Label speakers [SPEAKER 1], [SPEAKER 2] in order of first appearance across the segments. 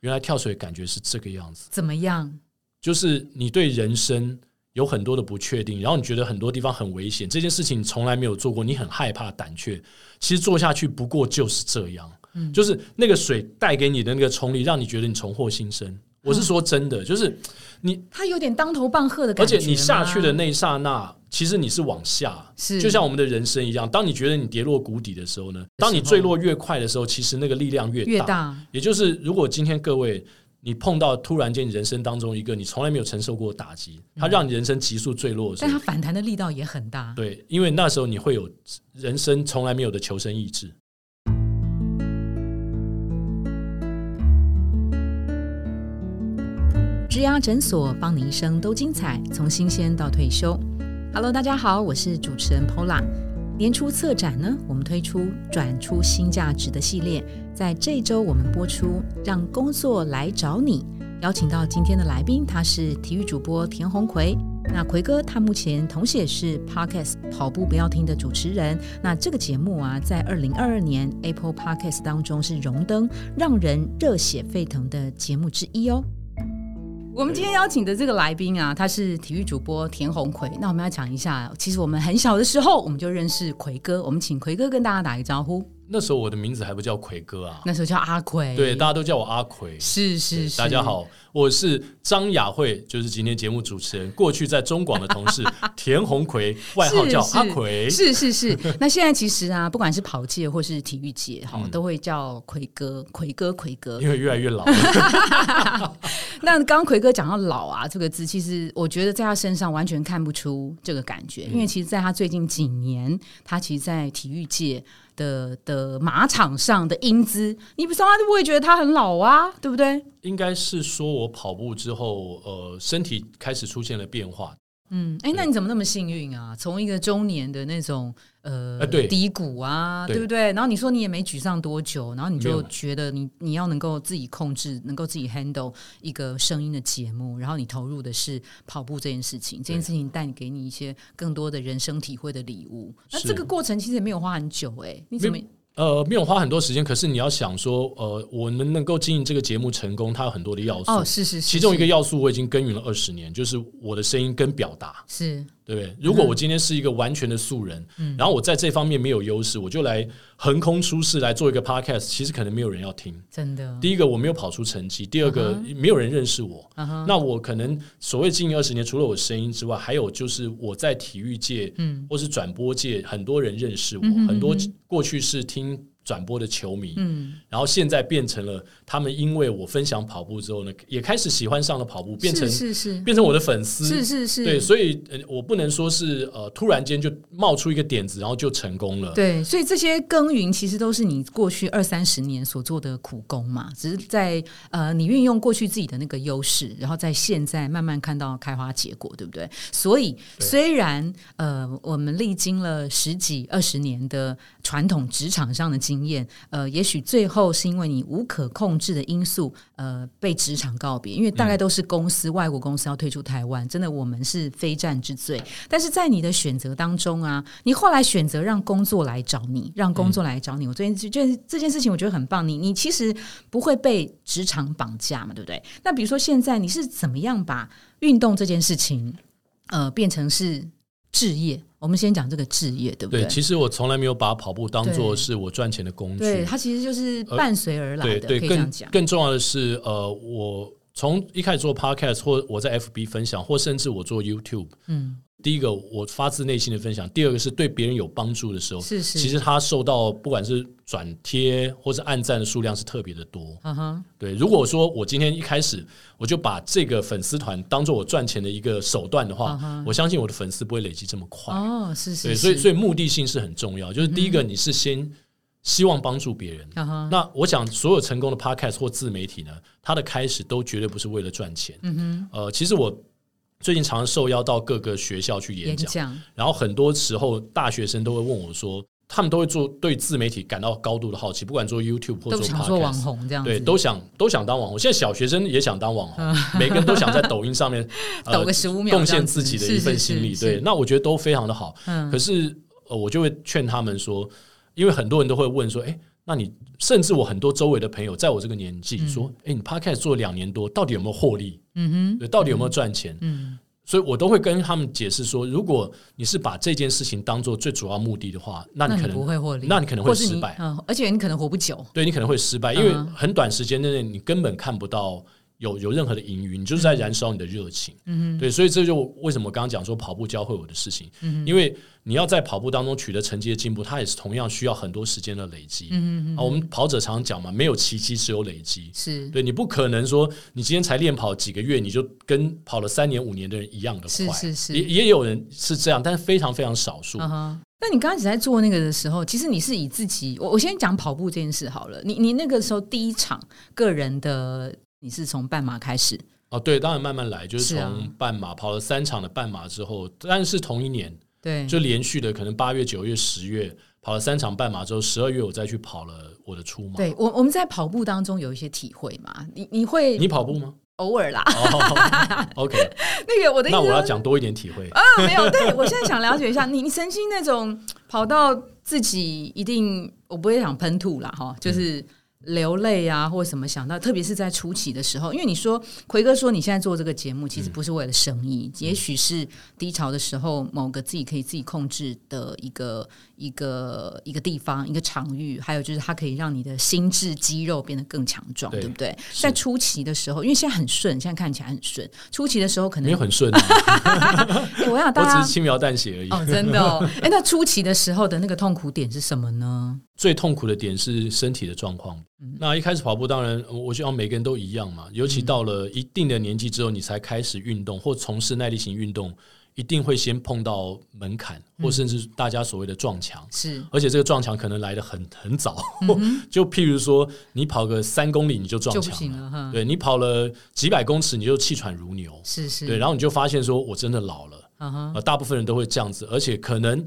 [SPEAKER 1] 原来跳水感觉是这个样子，
[SPEAKER 2] 怎么样？
[SPEAKER 1] 就是你对人生有很多的不确定，然后你觉得很多地方很危险，这件事情你从来没有做过，你很害怕、胆怯。其实做下去不过就是这样，
[SPEAKER 2] 嗯
[SPEAKER 1] 就是那个水带给你的那个冲力，让你觉得你重获新生。我是说真的，就是
[SPEAKER 2] 他有点当头棒喝的
[SPEAKER 1] 而
[SPEAKER 2] 嗯感觉
[SPEAKER 1] 且
[SPEAKER 2] 吗，
[SPEAKER 1] 你下去的那一刹那，其实你是往下，
[SPEAKER 2] 是
[SPEAKER 1] 就像我们的人生一样。当你觉得你跌落谷底的时候呢，当你坠落越快的时候，其实那个力量越大。
[SPEAKER 2] 越大，
[SPEAKER 1] 也就是，如果今天各位你碰到突然间你人生当中一个你从来没有承受过的打击，它让你人生急速坠落的时
[SPEAKER 2] 嗯但他
[SPEAKER 1] 候，
[SPEAKER 2] 反弹的力道也很大。
[SPEAKER 1] 对，因为那时候你会有人生从来没有的求生意志。
[SPEAKER 2] 植牙诊所帮你一生都精彩，从新鲜到退休。Hello，大家好，我是主持人 Pola。年初策展呢，我们推出“转出新价值”的系列，在这周我们播出“让工作来找你”，邀请到今天的来宾，他是体育主播田宏奎。那奎哥他目前同时也是 Podcast 跑步不要停的主持人。那这个节目啊，在二零二二年 Apple Podcast 当中是荣登让人热血沸腾的节目之一哦。我们今天邀请的这个来宾啊，他是体育主播田宏奎。那我们要讲一下，其实我们很小的时候我们就认识奎哥，我们请奎哥跟大家打一个招呼。
[SPEAKER 1] 那时候我的名字还不叫奎哥啊，
[SPEAKER 2] 那时候叫阿奎，
[SPEAKER 1] 对，大家都叫我阿奎。
[SPEAKER 2] 哎是是
[SPEAKER 1] 对
[SPEAKER 2] 是，
[SPEAKER 1] 大家，好，我是张雅慧，就是今天节目主持人，过去在中广的同 事田红奎，外号叫阿奎。
[SPEAKER 2] 是是是。那现在其实啊，不管是跑界或是体育界，哈、
[SPEAKER 1] 嗯
[SPEAKER 2] 都会叫奎哥、奎哥、奎哥。
[SPEAKER 1] 因为越来越老了，
[SPEAKER 2] 那刚刚奎哥讲到“老啊”这个字，其实我觉得在他身上完全看不出这个感觉，因为其实在他最近几年，他其实，在体育界的的马场上的英姿，你不知道他就不会觉得他很老啊，对不对？
[SPEAKER 1] 应该是说我跑步之后，呃，身体开始出现了变化。
[SPEAKER 2] 嗯，哎，那你怎么那么幸运啊？从一个中年的那种呃
[SPEAKER 1] 哎对
[SPEAKER 2] 低谷啊，
[SPEAKER 1] 对
[SPEAKER 2] 对不对？然后你说你也没沮丧多久，然后你
[SPEAKER 1] 没
[SPEAKER 2] 就
[SPEAKER 1] 有
[SPEAKER 2] 觉得你你要能够自己控制，能够自己 handle 一个声音的节目，然后你投入的是跑步这件事情，这件事情带你给你一些更多的人生体会的礼物。那
[SPEAKER 1] 是
[SPEAKER 2] 这个过程其实也没有花很久、哎，你怎么
[SPEAKER 1] 没呃，没有花很多时间，可是你要想说，呃，我们能够经营这个节目成功，它有很多的要素。
[SPEAKER 2] 哦，是是是，
[SPEAKER 1] 其中一个
[SPEAKER 2] 是
[SPEAKER 1] 要素我已经耕耘了二十年，就是我的声音跟表达，
[SPEAKER 2] 是
[SPEAKER 1] 对不对？如果我今天是一个完全的素人，
[SPEAKER 2] 嗯
[SPEAKER 1] 然后我在这方面没有优势，我就来横空出世来做一个 podcast，其实可能没有人要听。
[SPEAKER 2] 真的，
[SPEAKER 1] 第一个我没有跑出成绩，第二个、没有人认识我。
[SPEAKER 2] 嗯哼
[SPEAKER 1] 那我可能所谓经营二十年，除了我声音之外，还有就是我在体育界，
[SPEAKER 2] 嗯
[SPEAKER 1] 或是转播界，很多人认识我，
[SPEAKER 2] 嗯哼
[SPEAKER 1] 很多
[SPEAKER 2] 嗯哼
[SPEAKER 1] 过去是听转播的球迷，
[SPEAKER 2] 嗯，
[SPEAKER 1] 然后现在变成了他们因为我分享跑步之后呢，也开始喜欢上了跑步，变成
[SPEAKER 2] 嗯是是
[SPEAKER 1] 变成我的粉丝。
[SPEAKER 2] 是是是是，
[SPEAKER 1] 对，所以呃我不能说是呃，突然间就冒出一个点子，然后就成功了。
[SPEAKER 2] 对，所以这些耕耘其实都是你过去二三十年所做的苦工嘛，只是在呃，你运用过去自己的那个优势，然后在现在慢慢看到开花结果，对不对？所以
[SPEAKER 1] 对
[SPEAKER 2] 虽然呃，我们历经了十几二十年的传统职场上的经验，呃，也许最后是因为你无可控制的因素，呃，被职场告别，因为大概
[SPEAKER 1] 嗯
[SPEAKER 2] 都是公司、外国公司要退出台湾，真的我们是非战之罪。但是在你的选择当中啊，你后来选择让工作来找你，让
[SPEAKER 1] 嗯
[SPEAKER 2] 工作来找你。我最近就觉得这件事情我觉得很棒，你你其实不会被职场绑架嘛，对不对？那比如说现在你是怎么样把运动这件事情，呃，变成是置业？我们先讲这个置业，对不
[SPEAKER 1] 对，其实我从来没有把跑步当做
[SPEAKER 2] 对
[SPEAKER 1] 是我赚钱的工具。
[SPEAKER 2] 对，它其实就是伴随而来
[SPEAKER 1] 对呃
[SPEAKER 2] 的，
[SPEAKER 1] 对，
[SPEAKER 2] 可以这
[SPEAKER 1] 更
[SPEAKER 2] 样讲。
[SPEAKER 1] 更重要的是，呃，我从一开始做 podcast 或我在 FB 分享，或甚至我做 YouTube，
[SPEAKER 2] 嗯，
[SPEAKER 1] 第一个我发自内心的分享，第二个是对别人有帮助的时候，
[SPEAKER 2] 是是，
[SPEAKER 1] 其实他受到不管是转贴或是按赞的数量是特别的多。
[SPEAKER 2] 嗯哼，
[SPEAKER 1] 对，如果说我今天一开始我就把这个粉丝团当做我赚钱的一个手段的话
[SPEAKER 2] 嗯哼
[SPEAKER 1] 我相信我的粉丝不会累积这么快。
[SPEAKER 2] 哦，是是
[SPEAKER 1] 对，
[SPEAKER 2] 是，嗯
[SPEAKER 1] 所以所
[SPEAKER 2] 以，
[SPEAKER 1] 以目的性是很重要，就是第一个你是先希望帮助别人。
[SPEAKER 2] 嗯哼，
[SPEAKER 1] 那我想，所有成功的 podcast 或自媒体呢，它的开始都绝对不是为了赚钱。
[SPEAKER 2] 嗯哼，
[SPEAKER 1] 呃，其实我最近常常受邀到各个学校去演
[SPEAKER 2] 演
[SPEAKER 1] 讲，
[SPEAKER 2] 讲，
[SPEAKER 1] 然后很多时候大学生都会问我说，他们都会做对自媒体感到高度的好奇，不管做 YouTube 或
[SPEAKER 2] 都
[SPEAKER 1] 做
[SPEAKER 2] 想做网
[SPEAKER 1] podcast。
[SPEAKER 2] 红这样子，嗯
[SPEAKER 1] 对，都想都想当网红。现在小学生也想当网红，每个人都想在抖音上 面呃
[SPEAKER 2] 抖个十五秒，
[SPEAKER 1] 贡献自己的一份心力。对，，那我觉得都非常的好。
[SPEAKER 2] 嗯
[SPEAKER 1] 可是呃，我就会劝他们说，因为很多人都会问说，哎、那你甚至我很多周围的朋友，在我这个年纪说：“哎、你 podcast 做了两年多，到底有没有获利？
[SPEAKER 2] 嗯嗯哼，
[SPEAKER 1] 对，到底有没有赚钱？”
[SPEAKER 2] 嗯
[SPEAKER 1] 所以我都会跟他们解释说，如果你是把这件事情当做最主要目的的话，那
[SPEAKER 2] 那
[SPEAKER 1] 你
[SPEAKER 2] 你
[SPEAKER 1] 可
[SPEAKER 2] 不
[SPEAKER 1] 能
[SPEAKER 2] 会获利，
[SPEAKER 1] 那你可能会
[SPEAKER 2] 或是
[SPEAKER 1] 失
[SPEAKER 2] 你
[SPEAKER 1] 败
[SPEAKER 2] 嗯，而且你可能活不久。
[SPEAKER 1] 对你可能会失败，
[SPEAKER 2] 嗯
[SPEAKER 1] 因为很短时间内你根本看不到有有任何的盈余，你就是在燃烧你的热情。
[SPEAKER 2] 嗯
[SPEAKER 1] 对，所以这就为什么我刚刚讲说跑步教会我的事情，因为你要在跑步当中取得成绩的进步，它也是同样需要很多时间的累积。
[SPEAKER 2] 嗯
[SPEAKER 1] 啊，我们跑者常讲嘛，没有奇迹，只有累积。
[SPEAKER 2] 是
[SPEAKER 1] 对你不可能说你今天才练跑几个月，你就跟跑了三年五年的人一样的快。
[SPEAKER 2] 是是是
[SPEAKER 1] 也也有人是这样，但是非常非常少数。
[SPEAKER 2] 嗯哼。那你刚开始在做那个的时候，其实你是以自己，我我先讲跑步这件事好了。你你那个时候第一场个人的，你是从半马开始，
[SPEAKER 1] 哦，对，当然慢慢来，就是
[SPEAKER 2] 是啊
[SPEAKER 1] 从半马跑了三场的半马之后，但是同一年
[SPEAKER 2] 对，
[SPEAKER 1] 就连续的可能八月、九月、十月跑了三场半马之后，十二月我再去跑了我的初马。
[SPEAKER 2] 对我我们在跑步当中有一些体会嘛，你你会
[SPEAKER 1] 你跑步 吗？
[SPEAKER 2] 偶尔啦，
[SPEAKER 1] 哦，OK，
[SPEAKER 2] 那个我的意思
[SPEAKER 1] 那我要
[SPEAKER 2] 是
[SPEAKER 1] 讲多一点体会。
[SPEAKER 2] 啊，没有，对我现在想了解一下，你你曾经那种跑到自己一定，我不会想喷吐啦，
[SPEAKER 1] 嗯
[SPEAKER 2] 哈，就是流泪啊，或者什么想到，特别是在初期的时候，因为你说奎哥说你现在做这个节目，其
[SPEAKER 1] 嗯
[SPEAKER 2] 实不是为了生意，也许是低潮的时候某个自己可以自己控制的一个一个一个地方一个场域，还有就是它可以让你的心智肌肉变得更强壮，
[SPEAKER 1] 对
[SPEAKER 2] 对不对？
[SPEAKER 1] 是
[SPEAKER 2] 在初期的时候，因为现在很顺，现在看起来很顺，初期的时候可
[SPEAKER 1] 没
[SPEAKER 2] 能
[SPEAKER 1] 有很 顺、啊，
[SPEAKER 2] 哎我想
[SPEAKER 1] 我
[SPEAKER 2] 大家
[SPEAKER 1] 只是轻描淡写而已。
[SPEAKER 2] 哦，真的哦。哎，那初期的时候的那个痛苦点是什么呢？
[SPEAKER 1] 最痛苦的点是身体的状况。
[SPEAKER 2] 嗯
[SPEAKER 1] 那一开始跑步，当然呃我希望每个人都一样嘛。尤其到了一定的年纪之后，你才开始运动或从事耐力型运动，一定会先碰到门槛，
[SPEAKER 2] 嗯
[SPEAKER 1] 或甚至大家所谓的撞墙。
[SPEAKER 2] 是
[SPEAKER 1] 而且这个撞墙可能来的很很早，
[SPEAKER 2] 嗯
[SPEAKER 1] 就譬如说你跑个三公里你就撞
[SPEAKER 2] 就不
[SPEAKER 1] 墙啊
[SPEAKER 2] 行
[SPEAKER 1] 了，
[SPEAKER 2] 了哈。
[SPEAKER 1] 对你跑了几百公尺你就气喘如牛，
[SPEAKER 2] 是是，
[SPEAKER 1] 对，然后你就发现说我真的老了。
[SPEAKER 2] 嗯哼，
[SPEAKER 1] 呃，大部分人都会这样子，而且可能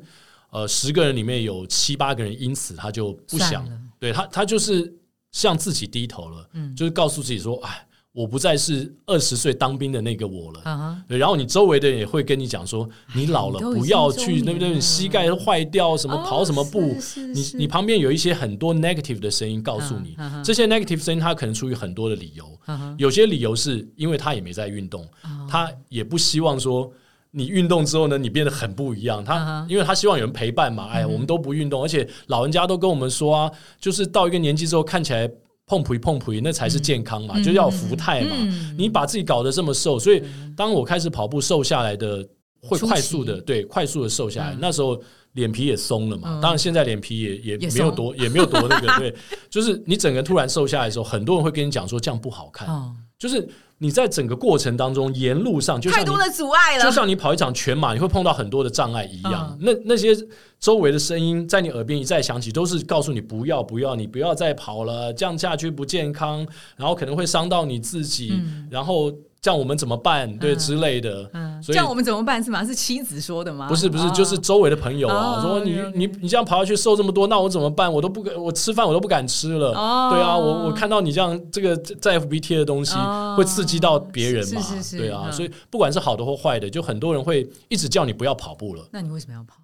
[SPEAKER 1] 呃，十个人里面有七八个人因此他就不想
[SPEAKER 2] 散了，嗯
[SPEAKER 1] 对他，他就是向自己低头了，就是告诉自己说，哎，我不再是二十岁当兵的那个我了。
[SPEAKER 2] 嗯哼，
[SPEAKER 1] 对，然后你周围的人也会跟你讲说，你老了
[SPEAKER 2] 你都已
[SPEAKER 1] 不
[SPEAKER 2] 经
[SPEAKER 1] 要
[SPEAKER 2] 中
[SPEAKER 1] 去，对不对？
[SPEAKER 2] 年
[SPEAKER 1] 你
[SPEAKER 2] 了
[SPEAKER 1] 膝盖坏掉，什么跑什么步
[SPEAKER 2] 哦，是
[SPEAKER 1] 你你旁边有一些很多 negative 的声音告诉你
[SPEAKER 2] 嗯嗯嗯，
[SPEAKER 1] 这些 negative 声音它可能出于很多的理由，
[SPEAKER 2] 嗯哼
[SPEAKER 1] 有些理由是因为他也没在运动，
[SPEAKER 2] 哦
[SPEAKER 1] 他也不希望说你运动之后呢，你变得很不一样。他、
[SPEAKER 2] 嗯哼嗯
[SPEAKER 1] 因为他希望有人陪伴嘛，哎呀，我们都不运动，而且老人家都跟我们说啊，就是到一个年纪之后看起来碰皮碰皮，那才是健康嘛，就要有福态嘛。
[SPEAKER 2] 嗯
[SPEAKER 1] 你把自己搞得这么瘦，所以当我开始跑步瘦下来的，会
[SPEAKER 2] 初期
[SPEAKER 1] 快速的对快速的瘦下来，
[SPEAKER 2] 嗯
[SPEAKER 1] 那时候。脸皮也松了嘛，
[SPEAKER 2] 嗯
[SPEAKER 1] 当然现在脸皮也也
[SPEAKER 2] 也
[SPEAKER 1] 没有
[SPEAKER 2] 松
[SPEAKER 1] 多也没有多那个，对，就是你整个突然瘦下来的时候，很多人会跟你讲说这样不好看，
[SPEAKER 2] 哦，
[SPEAKER 1] 就是你在整个过程当中，沿路上就像
[SPEAKER 2] 太
[SPEAKER 1] 你
[SPEAKER 2] 多的阻碍
[SPEAKER 1] 就
[SPEAKER 2] 了。
[SPEAKER 1] 像你跑一场全马，你会碰到很多的障碍一
[SPEAKER 2] 嗯
[SPEAKER 1] 样。那那些周围的声音在你耳边一再响起，都是告诉你不要不要，你不要再跑了，这样下去不健康，然后可能会伤到你自己，然后这样我们怎么办？对、
[SPEAKER 2] 嗯
[SPEAKER 1] 之类的。
[SPEAKER 2] 嗯，
[SPEAKER 1] 所
[SPEAKER 2] 这
[SPEAKER 1] 以
[SPEAKER 2] 样我们怎么办？是吗？是妻子说的吗？
[SPEAKER 1] 不是不是，
[SPEAKER 2] 哦
[SPEAKER 1] 就是周围的朋友啊，
[SPEAKER 2] 哦
[SPEAKER 1] 说你
[SPEAKER 2] OK，OK
[SPEAKER 1] 你你这样跑下去瘦这么多，那我怎么办？我都不敢，我吃饭我都不敢吃了。
[SPEAKER 2] 哦
[SPEAKER 1] 对啊，我我看到你这样这个在 FB 贴的东西，
[SPEAKER 2] 哦
[SPEAKER 1] 会刺激到别人嘛
[SPEAKER 2] 是是是？是
[SPEAKER 1] 对啊，
[SPEAKER 2] 嗯，
[SPEAKER 1] 所以不管是好的或坏的，就很多人会一直叫你不要跑步了
[SPEAKER 2] 那你为什么要跑？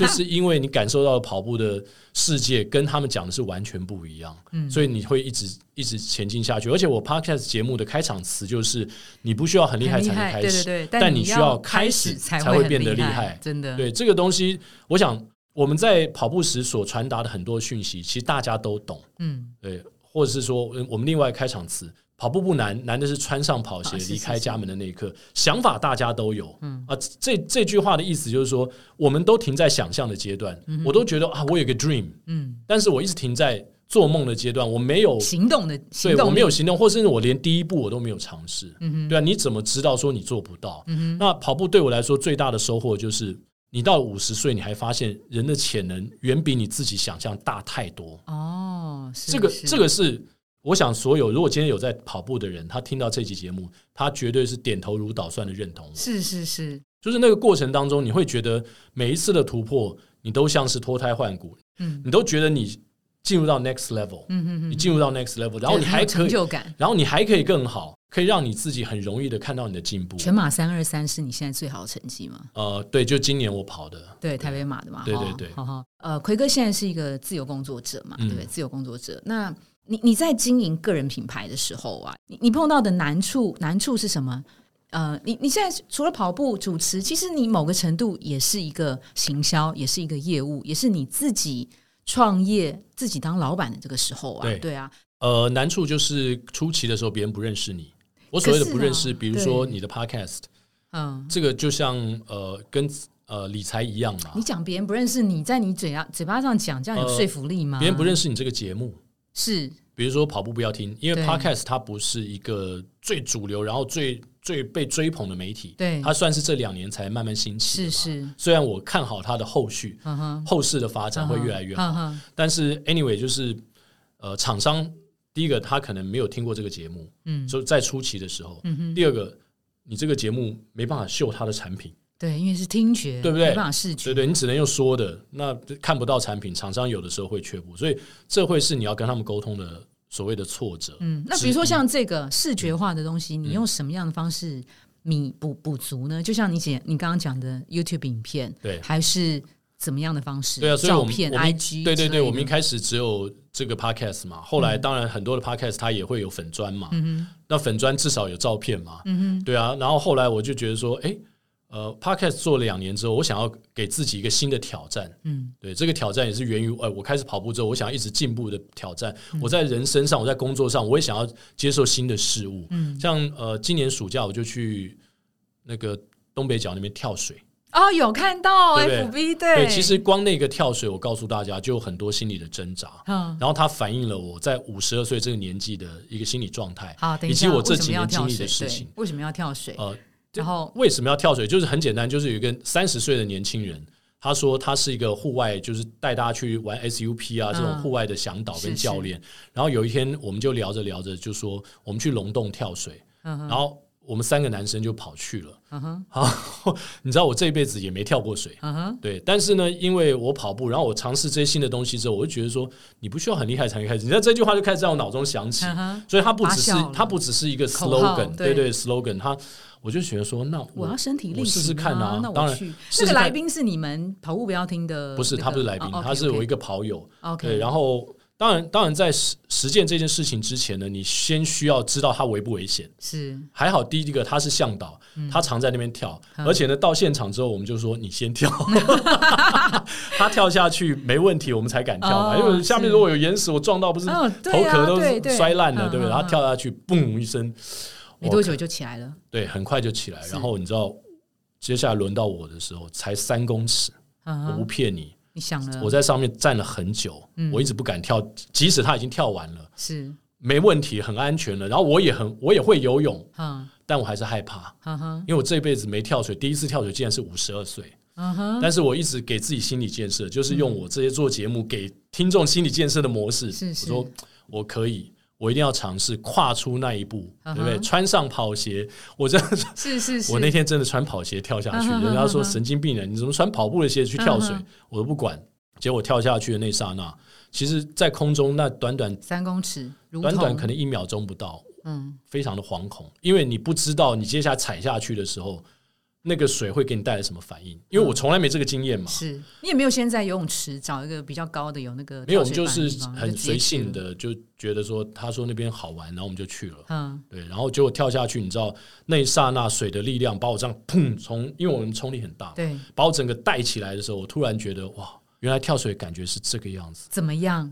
[SPEAKER 1] 就是因为你感受到跑步的世界跟他们讲的是完全不一样，
[SPEAKER 2] 嗯
[SPEAKER 1] 所以你会一直一直前进下去。而且我 Podcast 节目的开场词就是你不需要很厉害
[SPEAKER 2] 很
[SPEAKER 1] 才能
[SPEAKER 2] 害，
[SPEAKER 1] 开
[SPEAKER 2] 对对
[SPEAKER 1] 始，
[SPEAKER 2] 对，
[SPEAKER 1] 但
[SPEAKER 2] 你
[SPEAKER 1] 你需要
[SPEAKER 2] 开
[SPEAKER 1] 开始
[SPEAKER 2] 才
[SPEAKER 1] 才会
[SPEAKER 2] 很
[SPEAKER 1] 变得
[SPEAKER 2] 厉
[SPEAKER 1] 厉害
[SPEAKER 2] 真的，
[SPEAKER 1] 对这个东西，我想我们在跑步时所传达的很多讯息，其实大家都懂，
[SPEAKER 2] 嗯，
[SPEAKER 1] 对，或者是说，嗯我们另外开场词。跑步不难，难的是穿上跑鞋
[SPEAKER 2] 啊是
[SPEAKER 1] 离开
[SPEAKER 2] 是嗯
[SPEAKER 1] 家门的那一刻。想法大家都有，啊，这这句话的意思就是说，我们都停在想象的阶段。我都觉得啊，我有个 dream，
[SPEAKER 2] 嗯，
[SPEAKER 1] 但是我一直停在做梦的阶段，我没有
[SPEAKER 2] 行动的
[SPEAKER 1] 对
[SPEAKER 2] 行
[SPEAKER 1] 我
[SPEAKER 2] 动
[SPEAKER 1] 没
[SPEAKER 2] 力嗯
[SPEAKER 1] 有行动，或甚至我连第一步我都没有尝试。对啊，你怎么知道说你做不到？那跑步对我来说最大的收获就是，你到五十岁，你还发现人的潜能远比你自己想象大太多。
[SPEAKER 2] 哦，是
[SPEAKER 1] 这个
[SPEAKER 2] 是
[SPEAKER 1] 这个是我想所有如果今天有在跑步的人，他听到这期节目，他绝对是点头如捣蒜的认同我。
[SPEAKER 2] 是是是，
[SPEAKER 1] 就是那个过程当中，你会觉得每一次的突破，你都像是脱胎换骨，
[SPEAKER 2] 嗯
[SPEAKER 1] 你都觉得你进入到 next level，
[SPEAKER 2] 嗯嗯嗯，
[SPEAKER 1] 你进入到 next level，然后你
[SPEAKER 2] 就是很
[SPEAKER 1] 还
[SPEAKER 2] 有
[SPEAKER 1] 可
[SPEAKER 2] 成
[SPEAKER 1] 以，
[SPEAKER 2] 就感。
[SPEAKER 1] 然后你还可以更好，可以让你自己很容易的看到你的进步。
[SPEAKER 2] 全马三二三是你现在最好的成绩吗？
[SPEAKER 1] 呃，对，就今年我跑的，
[SPEAKER 2] 对，台北马的嘛，
[SPEAKER 1] 对
[SPEAKER 2] 哈
[SPEAKER 1] 对对
[SPEAKER 2] 哈哈呃，奎哥现在是一个自由工作者嘛，
[SPEAKER 1] 嗯
[SPEAKER 2] 对不对？自由工作者，那你你在经营个人品牌的时候啊，你你碰到的难处难处是什么？呃，你你现在除了跑步、主持，其实你某个程度也是一个行销，也是一个业务，也是你自己创业、自己当老板的这个时候啊，
[SPEAKER 1] 对
[SPEAKER 2] 对啊，
[SPEAKER 1] 呃，难处就是初期的时候别人不认识你。我所谓的
[SPEAKER 2] 可是
[SPEAKER 1] 不认识，
[SPEAKER 2] 啊
[SPEAKER 1] 比如说
[SPEAKER 2] 对
[SPEAKER 1] 你的 podcast，
[SPEAKER 2] 嗯。
[SPEAKER 1] 这个就像呃跟呃理财一样嘛
[SPEAKER 2] 你，讲别人不认识你，在你嘴上嘴巴上讲，这样有
[SPEAKER 1] 呃
[SPEAKER 2] 说服力吗？
[SPEAKER 1] 别人不认识你这个节目，
[SPEAKER 2] 是
[SPEAKER 1] 比如说跑步不要听，因为
[SPEAKER 2] 对
[SPEAKER 1] podcast 它不是一个最主流，然后最最被追捧的媒体，
[SPEAKER 2] 对
[SPEAKER 1] 它算是这两年才慢慢兴起。
[SPEAKER 2] 是，是，
[SPEAKER 1] 虽然我看好它的后续，
[SPEAKER 2] 嗯哼，
[SPEAKER 1] 后世的发展会越来越好，
[SPEAKER 2] 嗯哼。嗯哼
[SPEAKER 1] 但是 anyway 就是呃厂商第一个他可能没有听过这个节目，
[SPEAKER 2] 嗯
[SPEAKER 1] 就在初期的时候，第二个你这个节目没办法秀它的产品，
[SPEAKER 2] 对，因为是听觉，
[SPEAKER 1] 对不对
[SPEAKER 2] 没办法视
[SPEAKER 1] 对
[SPEAKER 2] 觉，
[SPEAKER 1] 对，你只能用说的，那看不到产品，厂商有的时候会缺步，所以这会是你要跟他们沟通的所谓的挫折。
[SPEAKER 2] 嗯，那比如说像这个视觉化的东
[SPEAKER 1] 嗯
[SPEAKER 2] 西，你用什么样的方式弥补补足呢？就像你姐你刚刚讲的 YouTube 影片，
[SPEAKER 1] 对
[SPEAKER 2] 还是怎么样的方式？
[SPEAKER 1] 对啊，所以我
[SPEAKER 2] 照
[SPEAKER 1] 们
[SPEAKER 2] 片、
[SPEAKER 1] 我们
[SPEAKER 2] IG，
[SPEAKER 1] 对对
[SPEAKER 2] 之类
[SPEAKER 1] 对，
[SPEAKER 2] 的
[SPEAKER 1] 我们一开始只有这个 podcast 嘛，后来当然很多的 podcast 它也会有粉砖
[SPEAKER 2] 嗯
[SPEAKER 1] 嘛，那粉砖至少有照片嘛，对啊，然后后来我就觉得说，哎、呃，podcast 做了两年之后，我想要给自己一个新的挑战，
[SPEAKER 2] 嗯，
[SPEAKER 1] 对，这个挑战也是源于，哎、我开始跑步之后，我想要一直进步的挑战，
[SPEAKER 2] 嗯
[SPEAKER 1] 我在人身上，我在工作上，我也想要接受新的事物，
[SPEAKER 2] 嗯
[SPEAKER 1] 像呃，今年暑假我就去那个东北角那边跳水。
[SPEAKER 2] 哦，有看到
[SPEAKER 1] 对不
[SPEAKER 2] FB，
[SPEAKER 1] 对，
[SPEAKER 2] 对，
[SPEAKER 1] 其实光那个跳水，我告诉大家，就有很多心理的挣扎。
[SPEAKER 2] 嗯，
[SPEAKER 1] 然后它反映了我在五十二岁这个年纪的一个心理状态
[SPEAKER 2] 好，，等
[SPEAKER 1] 以
[SPEAKER 2] 一
[SPEAKER 1] 及
[SPEAKER 2] 下，
[SPEAKER 1] 我这
[SPEAKER 2] 为什
[SPEAKER 1] 几
[SPEAKER 2] 么要
[SPEAKER 1] 年经
[SPEAKER 2] 跳
[SPEAKER 1] 历
[SPEAKER 2] 水？
[SPEAKER 1] 的事情
[SPEAKER 2] 对，。为什么要跳水？
[SPEAKER 1] 呃，
[SPEAKER 2] 然后
[SPEAKER 1] 为什么要跳水？就是很简单，就是有一个三十岁的年轻人，他说他是一个户外，就是带大家去玩 SUP 啊这种
[SPEAKER 2] 嗯
[SPEAKER 1] 户外的向导
[SPEAKER 2] 是
[SPEAKER 1] 跟
[SPEAKER 2] 是
[SPEAKER 1] 教练。然后有一天我们就聊着聊着，就说我们去龙洞跳水，
[SPEAKER 2] 嗯
[SPEAKER 1] 然后我们三个男生就跑去了。
[SPEAKER 2] 嗯哼，
[SPEAKER 1] 好，你知道我这辈子也没跳过水，
[SPEAKER 2] 嗯哼，
[SPEAKER 1] 对，但是呢，因为我跑步，然后我尝试这些新的东西之后，我就觉得说，你不需要很厉害才能开始。你知道这句话就开始在我脑中响起，
[SPEAKER 2] 嗯哼，
[SPEAKER 1] 所以它不只
[SPEAKER 2] 发
[SPEAKER 1] 是
[SPEAKER 2] 酵了
[SPEAKER 1] 它不只是一个
[SPEAKER 2] 口号
[SPEAKER 1] slogan，
[SPEAKER 2] 对
[SPEAKER 1] 对 slogan，它我就觉得说，那
[SPEAKER 2] 我
[SPEAKER 1] 我
[SPEAKER 2] 要身体力
[SPEAKER 1] 我试试
[SPEAKER 2] 行
[SPEAKER 1] 看啊
[SPEAKER 2] 那
[SPEAKER 1] 当
[SPEAKER 2] 我
[SPEAKER 1] 然
[SPEAKER 2] 去。
[SPEAKER 1] 试试
[SPEAKER 2] 那个来
[SPEAKER 1] 看
[SPEAKER 2] 宾是你们跑步不要听的那个，
[SPEAKER 1] 不是他不是来宾，他是我一
[SPEAKER 2] 个
[SPEAKER 1] 个跑友。
[SPEAKER 2] OK，
[SPEAKER 1] 对，然后当然当然在实实践这件事情之前呢，你先需要知道它危不危险。
[SPEAKER 2] 是
[SPEAKER 1] 还好第一个他是向导，
[SPEAKER 2] 嗯
[SPEAKER 1] 他常在那边跳，而且呢到现场之后我们就说你先 跳，他跳下去没问题，我们才敢跳嘛，
[SPEAKER 2] 哦
[SPEAKER 1] 因为下面
[SPEAKER 2] 是
[SPEAKER 1] 如果有岩石，我撞到不是
[SPEAKER 2] 嗯对
[SPEAKER 1] 头
[SPEAKER 2] 啊
[SPEAKER 1] 壳
[SPEAKER 2] 对
[SPEAKER 1] 都
[SPEAKER 2] 对
[SPEAKER 1] 摔烂了，
[SPEAKER 2] 嗯
[SPEAKER 1] 对不
[SPEAKER 2] 嗯
[SPEAKER 1] 对？
[SPEAKER 2] 嗯
[SPEAKER 1] 他跳下去，嘣一声，
[SPEAKER 2] 没多久就起来了。
[SPEAKER 1] 对，很快就起来，然后你知道。接下来轮到我的时候，才三公尺，
[SPEAKER 2] 嗯嗯
[SPEAKER 1] 我不
[SPEAKER 2] 哼，
[SPEAKER 1] 骗你，
[SPEAKER 2] 你想了，
[SPEAKER 1] 我在上面站了很久，我一直不敢跳，即使他已经跳完了，
[SPEAKER 2] 是，
[SPEAKER 1] 没问题，很安全了。然后我也很，我也会游泳，
[SPEAKER 2] 嗯
[SPEAKER 1] 但我还是害怕。
[SPEAKER 2] 嗯哼，
[SPEAKER 1] 因为我这辈子没跳水，第一次跳水竟然是五十二岁，
[SPEAKER 2] 嗯哼，
[SPEAKER 1] 但是我一直给自己心理建设，就是用我这些做节目给听众心理建设的模式。
[SPEAKER 2] 是是
[SPEAKER 1] 我说我可以，我一定要尝试跨出那一步，
[SPEAKER 2] 嗯哼
[SPEAKER 1] 对不对？穿上跑鞋，我真的，
[SPEAKER 2] 是是是，
[SPEAKER 1] 我那天真的穿跑鞋跳下去，
[SPEAKER 2] 嗯哼
[SPEAKER 1] 人家
[SPEAKER 2] 嗯
[SPEAKER 1] 说
[SPEAKER 2] 哼
[SPEAKER 1] 神经病人，你怎么穿跑步的鞋去跳水
[SPEAKER 2] 嗯哼？
[SPEAKER 1] 我都不管。结果跳下去的那刹那，其实，在空中那短短
[SPEAKER 2] 三公尺，如
[SPEAKER 1] 短短
[SPEAKER 2] 同
[SPEAKER 1] 可能一秒钟不到，
[SPEAKER 2] 嗯，
[SPEAKER 1] 非常的惶恐，因为你不知道你接下来踩下去的时候，那个水会给你带来什么反应。因为我从来没这个经验嘛，
[SPEAKER 2] 是你也没有先在游泳池找一个比较高的有那个
[SPEAKER 1] 没有，我
[SPEAKER 2] 跳
[SPEAKER 1] 们就
[SPEAKER 2] 水板的
[SPEAKER 1] 是
[SPEAKER 2] 地方
[SPEAKER 1] 很
[SPEAKER 2] 直接
[SPEAKER 1] 随性
[SPEAKER 2] 去了，
[SPEAKER 1] 的就觉得说，他说那边好玩，然后我们就去了。
[SPEAKER 2] 嗯
[SPEAKER 1] 对，然后结果跳下去，你知道那一刹那水的力量把我这样砰从，因为我们冲力很大，
[SPEAKER 2] 对，
[SPEAKER 1] 把我整个带起来的时候，我突然觉得哇，原来跳水感觉是这个样子，
[SPEAKER 2] 怎么样？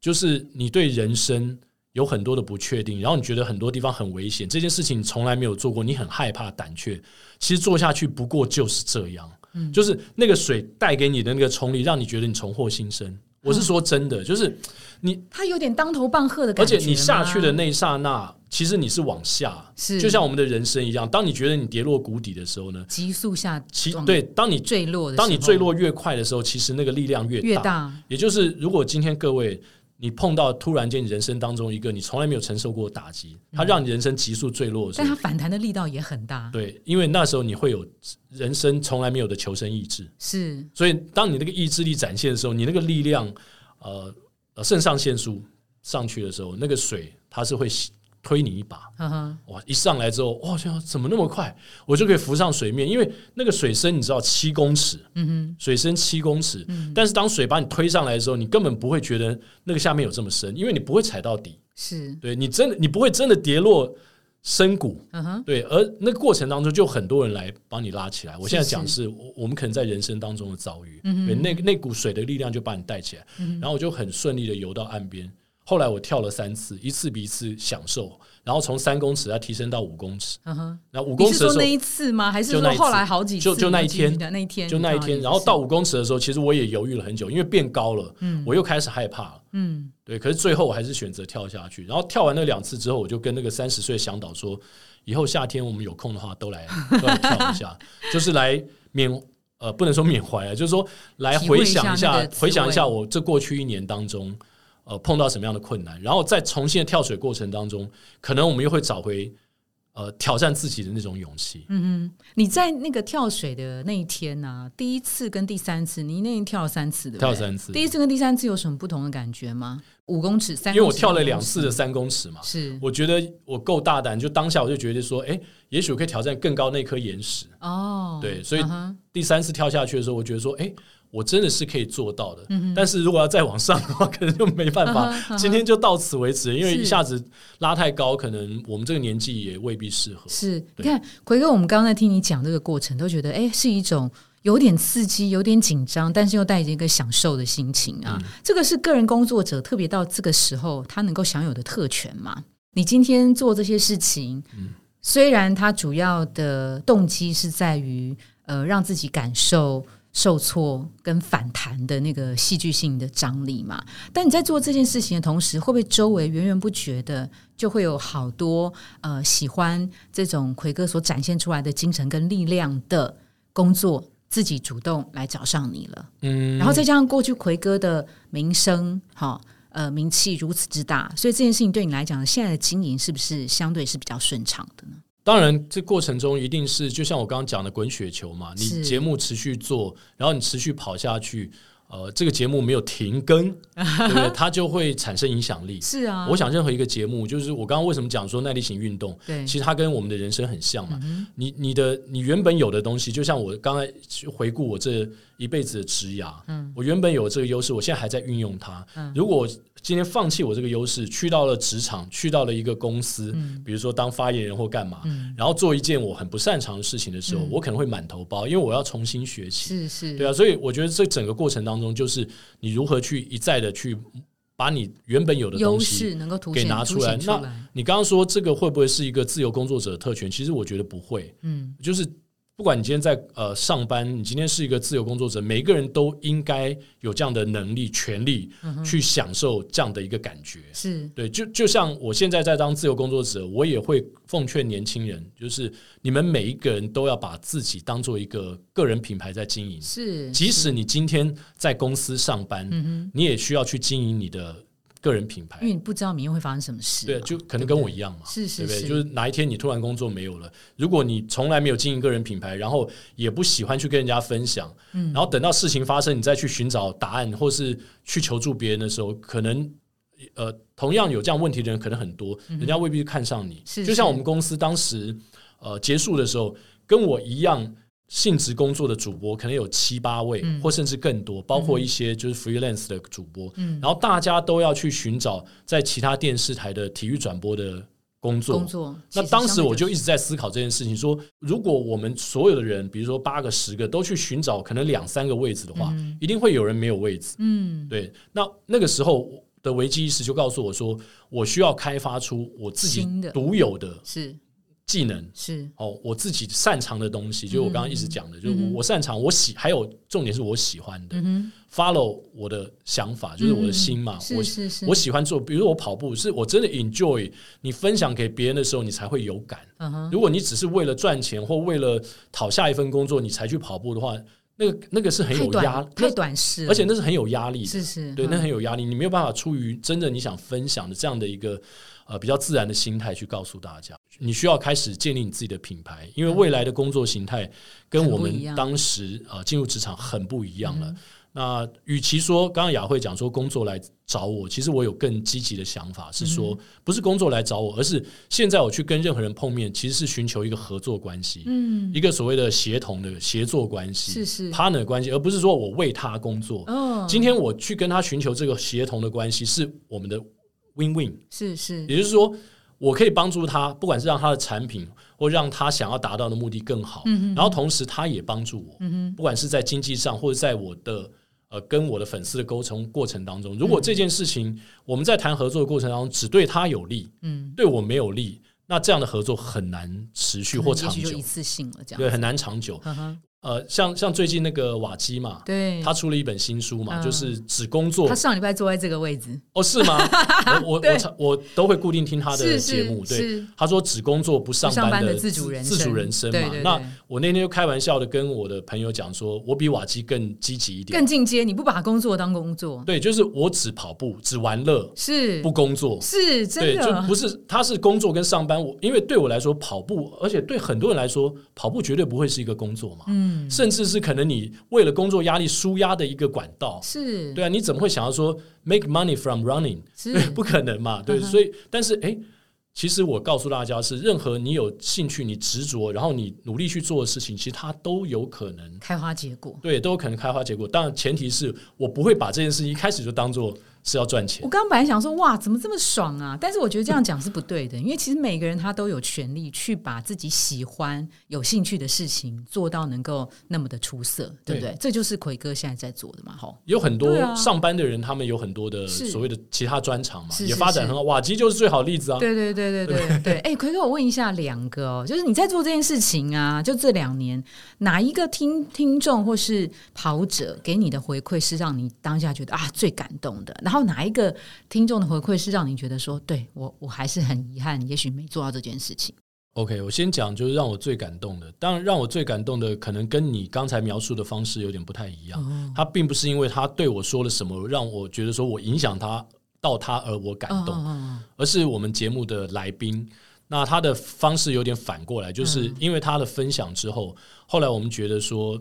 [SPEAKER 1] 就是你对人生。有很多的不确定，然后你觉得很多地方很危险，这件事情你从来没有做过，你很害怕、胆怯。其实做下去不过就是这样，
[SPEAKER 2] 嗯
[SPEAKER 1] 就是那个水带给你的那个冲力，让你觉得你重获新
[SPEAKER 2] 嗯
[SPEAKER 1] 生。我是说真的，就是你，
[SPEAKER 2] 它有点当头棒喝的
[SPEAKER 1] 而
[SPEAKER 2] 感觉
[SPEAKER 1] 且
[SPEAKER 2] 吗，
[SPEAKER 1] 你下去的那一刹那，其实你是往下，
[SPEAKER 2] 是
[SPEAKER 1] 就像我们的人生一样，当你觉得你跌落谷底的时候呢，
[SPEAKER 2] 急速下
[SPEAKER 1] 其
[SPEAKER 2] 撞
[SPEAKER 1] 对，当你
[SPEAKER 2] 坠落的时候，
[SPEAKER 1] 当你坠落越快的时候，其实那个力量越大。
[SPEAKER 2] 越大，
[SPEAKER 1] 也就是，如果今天各位你碰到突然间你人生当中一个你从来没有承受过的打击，它让你人生急速坠落的时
[SPEAKER 2] 但它
[SPEAKER 1] 候，
[SPEAKER 2] 反弹的力道也很大，
[SPEAKER 1] 对，因为那时候你会有人生从来没有的求生意志。
[SPEAKER 2] 是
[SPEAKER 1] 所以，当你那个意志力展现的时候，你那个力量，呃，呃肾上腺素上去的时候，那个水它是会吸推你一把，
[SPEAKER 2] 呵呵，
[SPEAKER 1] 哇！一上来之后，哇，想怎么那么快，我就可以浮上水面，因为那个水深你知道七公尺，
[SPEAKER 2] 嗯
[SPEAKER 1] 水深七公尺，
[SPEAKER 2] 嗯
[SPEAKER 1] 但是当水把你推上来的时候，你根本不会觉得那个下面有这么深，因为你不会踩到底，
[SPEAKER 2] 哼，是，
[SPEAKER 1] 对你真的你不会真的跌落深谷，
[SPEAKER 2] 嗯哼，
[SPEAKER 1] 对，而那个过程当中，就很多人来帮你拉起来。我现在
[SPEAKER 2] 是
[SPEAKER 1] 讲的是我我们可能在人生当中的遭遇，
[SPEAKER 2] 嗯哼嗯
[SPEAKER 1] 对，那那股水的力量就把你带起来，然后我就很顺利的游到岸边。后来我跳了三次，一次比一次享受，然后从三公尺要提升到五公尺。
[SPEAKER 2] 嗯哼。
[SPEAKER 1] 那五
[SPEAKER 2] 你
[SPEAKER 1] 公
[SPEAKER 2] 是
[SPEAKER 1] 尺的
[SPEAKER 2] 说
[SPEAKER 1] 时
[SPEAKER 2] 那
[SPEAKER 1] 候，
[SPEAKER 2] 一次吗？还是
[SPEAKER 1] 就那
[SPEAKER 2] 说
[SPEAKER 1] 一次
[SPEAKER 2] 后来好几次？
[SPEAKER 1] 就就那一天
[SPEAKER 2] 的那一天，
[SPEAKER 1] 就那一天，然后到五公尺的时候，其实我也犹豫了很久，因为变高了，
[SPEAKER 2] 嗯
[SPEAKER 1] 我又开始害怕了。
[SPEAKER 2] 嗯
[SPEAKER 1] 对，可是最后我还是选择跳下去。然后跳完那两次之后，我就跟那个三十岁的向导说，以后夏天我们有空的话，都 来都来跳一下，就是来缅呃，不能说缅怀啊，就是说来
[SPEAKER 2] 体会
[SPEAKER 1] 回
[SPEAKER 2] 一
[SPEAKER 1] 想
[SPEAKER 2] 下那
[SPEAKER 1] 下
[SPEAKER 2] 个，滋
[SPEAKER 1] 回想一下
[SPEAKER 2] 味
[SPEAKER 1] 我这过去一年当中，呃，碰到什么样的困难，然后在重新的跳水过程当中，可能我们又会找回呃挑战自己的那种勇气。
[SPEAKER 2] 嗯哼，你在那个跳水的那一天呢、第一次跟第三次，你那天跳了三次的，
[SPEAKER 1] 跳三次，
[SPEAKER 2] 第一次跟第三次有什么不同的感觉吗？五公尺、三公尺，
[SPEAKER 1] 因为我跳了两
[SPEAKER 2] 公尺
[SPEAKER 1] 次的，三公尺嘛，
[SPEAKER 2] 是
[SPEAKER 1] 我觉得我够大胆，就当下我就觉得说，哎，也许我可以挑战更高那颗岩石。
[SPEAKER 2] 哦，
[SPEAKER 1] 对所以
[SPEAKER 2] 嗯哼
[SPEAKER 1] 第三次跳下去的时候，我觉得说，哎，我真的是可以做到的。
[SPEAKER 2] 嗯哼
[SPEAKER 1] 但是如果要再往上的话，可能就没办
[SPEAKER 2] 嗯哼嗯
[SPEAKER 1] 法。
[SPEAKER 2] 哼
[SPEAKER 1] 今天就到此为止，因为
[SPEAKER 2] 是
[SPEAKER 1] 一下子拉太高，可能我们这个年纪也未必适合。
[SPEAKER 2] 是你
[SPEAKER 1] 对
[SPEAKER 2] 看奎哥，我们刚刚在听你讲这个过程，都觉得哎、诶是一种有点刺激、有点紧张，但是又带着一个享受的心情啊。
[SPEAKER 1] 嗯
[SPEAKER 2] 这个是个人工作者，特别到这个时候，他能够享有的特权嘛？你今天做这些事情，
[SPEAKER 1] 嗯
[SPEAKER 2] 虽然他主要的动机是在于呃让自己感受。受挫跟反弹的那个戏剧性的张力嘛，但你在做这件事情的同时，会不会周围源源不绝的就会有好多呃喜欢这种奎哥所展现出来的精神跟力量的工作，自己主动来找上你了。
[SPEAKER 1] 嗯，
[SPEAKER 2] 然后再加上过去奎哥的名声，哈、呃，名气如此之大，所以这件事情对你来讲，现在的经营是不是相对是比较顺畅的呢？
[SPEAKER 1] 当然这过程中一定是就像我刚刚讲的滚雪球嘛，
[SPEAKER 2] 是
[SPEAKER 1] 你节目持续做，然后你持续跑下去，呃，这个节目没有停 更，对不对？它就会产生影响力。
[SPEAKER 2] 是啊，嗯
[SPEAKER 1] 我想任何一个节目，就是我刚刚为什么讲说耐力型运动，
[SPEAKER 2] 对，
[SPEAKER 1] 其实它跟我们的人生很像嘛。
[SPEAKER 2] 嗯
[SPEAKER 1] 你你的你原本有的东西，就像我刚才去回顾我这一辈子的职涯，
[SPEAKER 2] 嗯
[SPEAKER 1] 我原本有这个优势，我现在还在运用它。如果我今天放弃我这个优势，去到了职场，去到了一个公司，
[SPEAKER 2] 嗯
[SPEAKER 1] 比如说当发言人或干嘛，然后做一件我很不擅长的事情的时候，我可能会满头包，因为我要重新学习。
[SPEAKER 2] 是是，
[SPEAKER 1] 对啊，所以我觉得这整个过程当中，就是你如何去一再的去把你原本有的
[SPEAKER 2] 优
[SPEAKER 1] 东西
[SPEAKER 2] 势能够凸
[SPEAKER 1] 给
[SPEAKER 2] 显
[SPEAKER 1] 拿
[SPEAKER 2] 凸
[SPEAKER 1] 出来
[SPEAKER 2] 显
[SPEAKER 1] 那
[SPEAKER 2] 来
[SPEAKER 1] 你刚刚说这个会不会是一个自由工作者的特权？其实我觉得不会，
[SPEAKER 2] 嗯，
[SPEAKER 1] 就是不管你今天在呃上班，你今天是一个自由工作者，每个人都应该有这样的能力、权利
[SPEAKER 2] 嗯
[SPEAKER 1] 去享受这样的一个感觉。
[SPEAKER 2] 是
[SPEAKER 1] 对，就就像我现在在当自由工作者，我也会奉劝年轻人，就是你们每一个人都要把自己当做一个个人品牌在经营。
[SPEAKER 2] 是，嗯
[SPEAKER 1] 即使你今天在公司上班，你也需要去经营你的个人品牌
[SPEAKER 2] 因。为你不知道明天会发生什么事嘛，
[SPEAKER 1] 对，就可能
[SPEAKER 2] 对
[SPEAKER 1] 跟
[SPEAKER 2] 不
[SPEAKER 1] 我
[SPEAKER 2] 对
[SPEAKER 1] 一样嘛，
[SPEAKER 2] 是
[SPEAKER 1] 对
[SPEAKER 2] 是
[SPEAKER 1] 不对？
[SPEAKER 2] 是
[SPEAKER 1] 就是哪一天你突然工作没有了，如果你从来没有经营个人品牌，然后也不喜欢去跟人家分享，
[SPEAKER 2] 嗯
[SPEAKER 1] 然后等到事情发生，你再去寻找答案或是去求助别人的时候，可能。呃，同样有这样问题的人可能很多，人家未必看上你。
[SPEAKER 2] 嗯是
[SPEAKER 1] 就像
[SPEAKER 2] 是
[SPEAKER 1] 我们公司当时呃结束的时候，跟我一样性质工作的主播可能有七八位，
[SPEAKER 2] 嗯
[SPEAKER 1] 或甚至更多，包括一些就是 freelance 的主播。
[SPEAKER 2] 嗯
[SPEAKER 1] 然后大家都要去寻找在其他电视台的体育转播的工作。
[SPEAKER 2] 工作。
[SPEAKER 1] 那
[SPEAKER 2] 其实
[SPEAKER 1] 当
[SPEAKER 2] 相
[SPEAKER 1] 时
[SPEAKER 2] 对
[SPEAKER 1] 我就一直在思考这件事情，说如果我们所有的人，比如说八个、十个，都去寻找可能两三个位置的话，一定会有人没有位置。
[SPEAKER 2] 嗯，
[SPEAKER 1] 对，那那个时候的危机意识就告诉我说，我需要开发出我自己
[SPEAKER 2] 新的
[SPEAKER 1] 独有的
[SPEAKER 2] 是
[SPEAKER 1] 技能。
[SPEAKER 2] 是
[SPEAKER 1] 哦，我自己擅长的东西，就是我刚刚一
[SPEAKER 2] 嗯
[SPEAKER 1] 直讲的，就是我我擅长，我喜，还有重点是我喜欢
[SPEAKER 2] 嗯
[SPEAKER 1] 的、f o l l o w 我的想法，就是我的心嘛，
[SPEAKER 2] 是
[SPEAKER 1] 我
[SPEAKER 2] 是是，
[SPEAKER 1] 我喜欢做，比如说我跑步，是我真的 enjoy。你分享给别人的时候，你才会有感。
[SPEAKER 2] 嗯哼，
[SPEAKER 1] 如果你只是为了赚钱或为了讨下一份工作，你才去跑步的话，那个那个是很
[SPEAKER 2] 太
[SPEAKER 1] 有压
[SPEAKER 2] 短，太
[SPEAKER 1] 那
[SPEAKER 2] 短视了，
[SPEAKER 1] 而且那是很有压力的。
[SPEAKER 2] 是是
[SPEAKER 1] 对，
[SPEAKER 2] 嗯
[SPEAKER 1] 那很有压力，你没有办法出于真正你想分享的这样的一个呃比较自然的心态去告诉大家，你需要开始建立你自己的品牌，因为未来的工作形态跟我
[SPEAKER 2] 很不一
[SPEAKER 1] 们
[SPEAKER 2] 样嗯
[SPEAKER 1] 当时呃进入职场很不一样了。那与其说刚刚雅慧讲说工作来找我，其实我有更积极的想法，是
[SPEAKER 2] 嗯
[SPEAKER 1] 说不是工作来找我，而是现在我去跟任何人碰面，其实是寻求一个合作关系，
[SPEAKER 2] 嗯，
[SPEAKER 1] 一个所谓的协同的协作关系，
[SPEAKER 2] 是是
[SPEAKER 1] partner 关系，而不是说我为他工作。
[SPEAKER 2] 嗯，
[SPEAKER 1] 今天我去跟他寻求这个协同的关系，是我们的 win win，
[SPEAKER 2] 是是，
[SPEAKER 1] 也就是说，我可以帮助他，不管是让他的产品或让他想要达到的目的更好，
[SPEAKER 2] 嗯
[SPEAKER 1] 然后同时他也帮助我，不管是在经济上或者在我的。呃，跟我的粉丝的沟通过程当中，如果这件事情我们在谈合作的过程当中只对他有利，
[SPEAKER 2] 嗯，
[SPEAKER 1] 对我没有利，那这样的合作很难持续或
[SPEAKER 2] 可能
[SPEAKER 1] 长
[SPEAKER 2] 嗯也许就
[SPEAKER 1] 久
[SPEAKER 2] 一，次性了这
[SPEAKER 1] 对，
[SPEAKER 2] 样，
[SPEAKER 1] 很难长久。
[SPEAKER 2] 呵呵
[SPEAKER 1] 呃，像像最近那个瓦基嘛，
[SPEAKER 2] 对，
[SPEAKER 1] 他出了一本新书嘛，
[SPEAKER 2] 嗯
[SPEAKER 1] 就是只工作
[SPEAKER 2] 他上礼拜坐在这个位置，
[SPEAKER 1] 哦，是 吗？我我
[SPEAKER 2] 对
[SPEAKER 1] 我常我都会固定听他的
[SPEAKER 2] 是
[SPEAKER 1] 节
[SPEAKER 2] 是
[SPEAKER 1] 目，对。
[SPEAKER 2] 是
[SPEAKER 1] 他说只工作不上
[SPEAKER 2] 不上班
[SPEAKER 1] 的
[SPEAKER 2] 的自主人生
[SPEAKER 1] 自主人生嘛。
[SPEAKER 2] 对对对
[SPEAKER 1] 那我那天就开玩笑的跟我的朋友讲说，我比瓦基更积极一点，
[SPEAKER 2] 更进阶，你不把工作当工作，
[SPEAKER 1] 对，就是我只跑步，只玩乐，
[SPEAKER 2] 是
[SPEAKER 1] 不工作。
[SPEAKER 2] 是真
[SPEAKER 1] 对，就
[SPEAKER 2] 的啊
[SPEAKER 1] 不是，他是工作跟上班。我因为对我来说，跑步，而且对很多人来说，跑步绝对不会是一个工作嘛，
[SPEAKER 2] 嗯，
[SPEAKER 1] 甚至是可能你为了工作压力舒压的一个管道。
[SPEAKER 2] 是，
[SPEAKER 1] 对啊，你怎么会想要说 make money from running？
[SPEAKER 2] 是
[SPEAKER 1] 对， 不可能嘛，对，
[SPEAKER 2] 嗯哼
[SPEAKER 1] 所以但是诶，其实我告诉大家是，任何你有兴趣、你执着，然后你努力去做的事情，其实它都有可能，
[SPEAKER 2] 开花结果。
[SPEAKER 1] 对，都有可能开花结果。当然，前提是我不会把这件事情一开始就当做是要赚钱
[SPEAKER 2] 我。刚刚本来想说，哇，怎么这么爽啊？但是我觉得这样讲是不对的，因为其实每个人他都有权利去把自己喜欢、有兴趣的事情做到能够那么的出色，对不对？这就是奎哥现在在做的嘛，吼。
[SPEAKER 1] 有很多
[SPEAKER 2] 对啊
[SPEAKER 1] 上班的人，他们有很多的
[SPEAKER 2] 是
[SPEAKER 1] 所谓的其他专长嘛，
[SPEAKER 2] 是
[SPEAKER 1] 也
[SPEAKER 2] 是
[SPEAKER 1] 发展
[SPEAKER 2] 是
[SPEAKER 1] 很好。瓦基就是最好例子啊。
[SPEAKER 2] 对对对对对 对。哎、奎哥，我问一下两个哦，就是你在做这件事情啊，就这两年，哪一个听听众或是跑者给你的回馈是让你当下觉得啊最感动的？然后哪一个听众的回馈是让你觉得说，对我我还是很遗憾，也许没做到这件事情？
[SPEAKER 1] OK，我先讲就是让我最感动的，当然让我最感动的可能跟你刚才描述的方式有点不太一样。
[SPEAKER 2] 哦
[SPEAKER 1] 他并不是因为他对我说了什么让我觉得说我影响他到他而我感动，
[SPEAKER 2] 哦
[SPEAKER 1] 而是我们节目的来宾，那他的方式有点反过来，
[SPEAKER 2] 嗯
[SPEAKER 1] 就是因为他的分享之后，后来我们觉得说，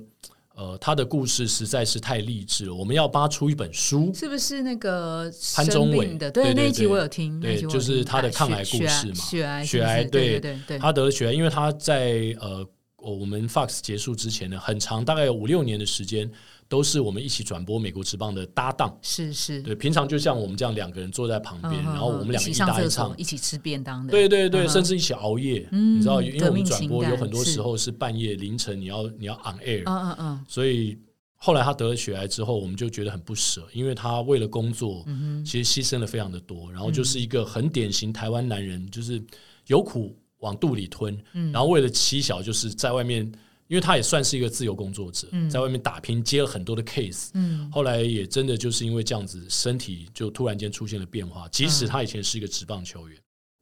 [SPEAKER 1] 呃，他的故事实在是太励志了，我们要帮他出一本书。
[SPEAKER 2] 是不是那个
[SPEAKER 1] 潘
[SPEAKER 2] 生
[SPEAKER 1] 宗伟
[SPEAKER 2] 病的？
[SPEAKER 1] 对对
[SPEAKER 2] 那一集
[SPEAKER 1] 对
[SPEAKER 2] 我有听，那一
[SPEAKER 1] 对
[SPEAKER 2] 集我有
[SPEAKER 1] 就是
[SPEAKER 2] 听
[SPEAKER 1] 他的
[SPEAKER 2] 啊
[SPEAKER 1] 抗癌
[SPEAKER 2] 血
[SPEAKER 1] 故
[SPEAKER 2] 血
[SPEAKER 1] 事
[SPEAKER 2] 癌
[SPEAKER 1] 嘛
[SPEAKER 2] 血癌是
[SPEAKER 1] 血
[SPEAKER 2] 不
[SPEAKER 1] 癌
[SPEAKER 2] 是对
[SPEAKER 1] 对
[SPEAKER 2] 对对，
[SPEAKER 1] 他得了血癌，因为他在呃我们 Fox 结束之前呢，很长，大概有五六年的时间，都是我们一起转播美国职棒的搭档。
[SPEAKER 2] 是是
[SPEAKER 1] 对，平常就像我们这样两个人坐在旁边，
[SPEAKER 2] 嗯嗯
[SPEAKER 1] 然后我们
[SPEAKER 2] 嗯
[SPEAKER 1] 两个
[SPEAKER 2] 一起
[SPEAKER 1] 一
[SPEAKER 2] 上
[SPEAKER 1] 搭
[SPEAKER 2] 厕
[SPEAKER 1] 一
[SPEAKER 2] 所
[SPEAKER 1] 唱，
[SPEAKER 2] 一起吃便当的，
[SPEAKER 1] 对对
[SPEAKER 2] 嗯
[SPEAKER 1] 对，
[SPEAKER 2] 哼
[SPEAKER 1] 甚至一起熬夜，
[SPEAKER 2] 嗯
[SPEAKER 1] 你知道，因为我
[SPEAKER 2] 革命
[SPEAKER 1] 们转播
[SPEAKER 2] 情感
[SPEAKER 1] 有很多
[SPEAKER 2] 是
[SPEAKER 1] 时候是半夜凌晨，你要你要 on air，、
[SPEAKER 2] 嗯嗯嗯，
[SPEAKER 1] 所以后来他得了血癌之后，我们就觉得很不舍，因为他为了工作，其实牺牲了非常的多，然后就是一个很典型台湾男人，就是有苦往肚里吞，然后为了妻小，就是在外面。因为他也算是一个自由工作者，在外面打拼，接了很多的 case，、
[SPEAKER 2] 嗯
[SPEAKER 1] 后来也真的就是因为这样子，身体就突然间出现了变
[SPEAKER 2] 嗯
[SPEAKER 1] 化。即使他以前是一个职棒球员，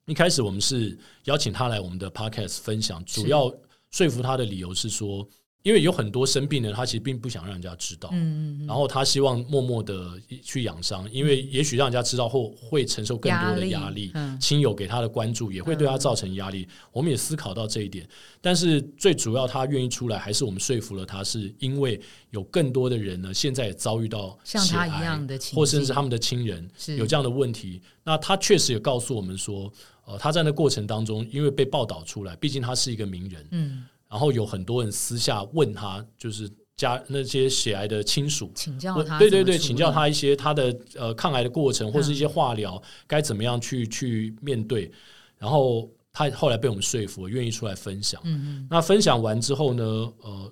[SPEAKER 1] 一开始我们是邀请他来我们的 podcast 分享，主要说服他的理由是说，因为有很多生病的人，他其实并不想让人家知道，
[SPEAKER 2] 嗯嗯嗯
[SPEAKER 1] 然后他希望默默的去养伤，因为也许让人家知道后会承受更多的
[SPEAKER 2] 压
[SPEAKER 1] 压
[SPEAKER 2] 力
[SPEAKER 1] 力
[SPEAKER 2] 嗯，
[SPEAKER 1] 亲友给他的关注也会对他造成压力。我们也思考到这一点，但是最主要他愿意出来，还是我们说服了他，是因为有更多的人呢，现在也遭遇到
[SPEAKER 2] 像他
[SPEAKER 1] 血癌
[SPEAKER 2] 一样的
[SPEAKER 1] 哎
[SPEAKER 2] 情
[SPEAKER 1] 或甚至
[SPEAKER 2] 境
[SPEAKER 1] 他们的亲人
[SPEAKER 2] 是
[SPEAKER 1] 有这样的问题。那他确实也告诉我们说，呃，他在那过程当中，因为被报道出来，毕竟他是一个名人，
[SPEAKER 2] 嗯，
[SPEAKER 1] 然后有很多人私下问他，就是家那些血癌的亲属。
[SPEAKER 2] 请教
[SPEAKER 1] 我
[SPEAKER 2] 他，
[SPEAKER 1] 对对对，请教，他一些他的呃抗癌的过程，或是一
[SPEAKER 2] 嗯
[SPEAKER 1] 些化疗该怎么样去去面对。然后他后来被我们说服，愿意出来分享。
[SPEAKER 2] 嗯
[SPEAKER 1] 那分享完之后呢，呃，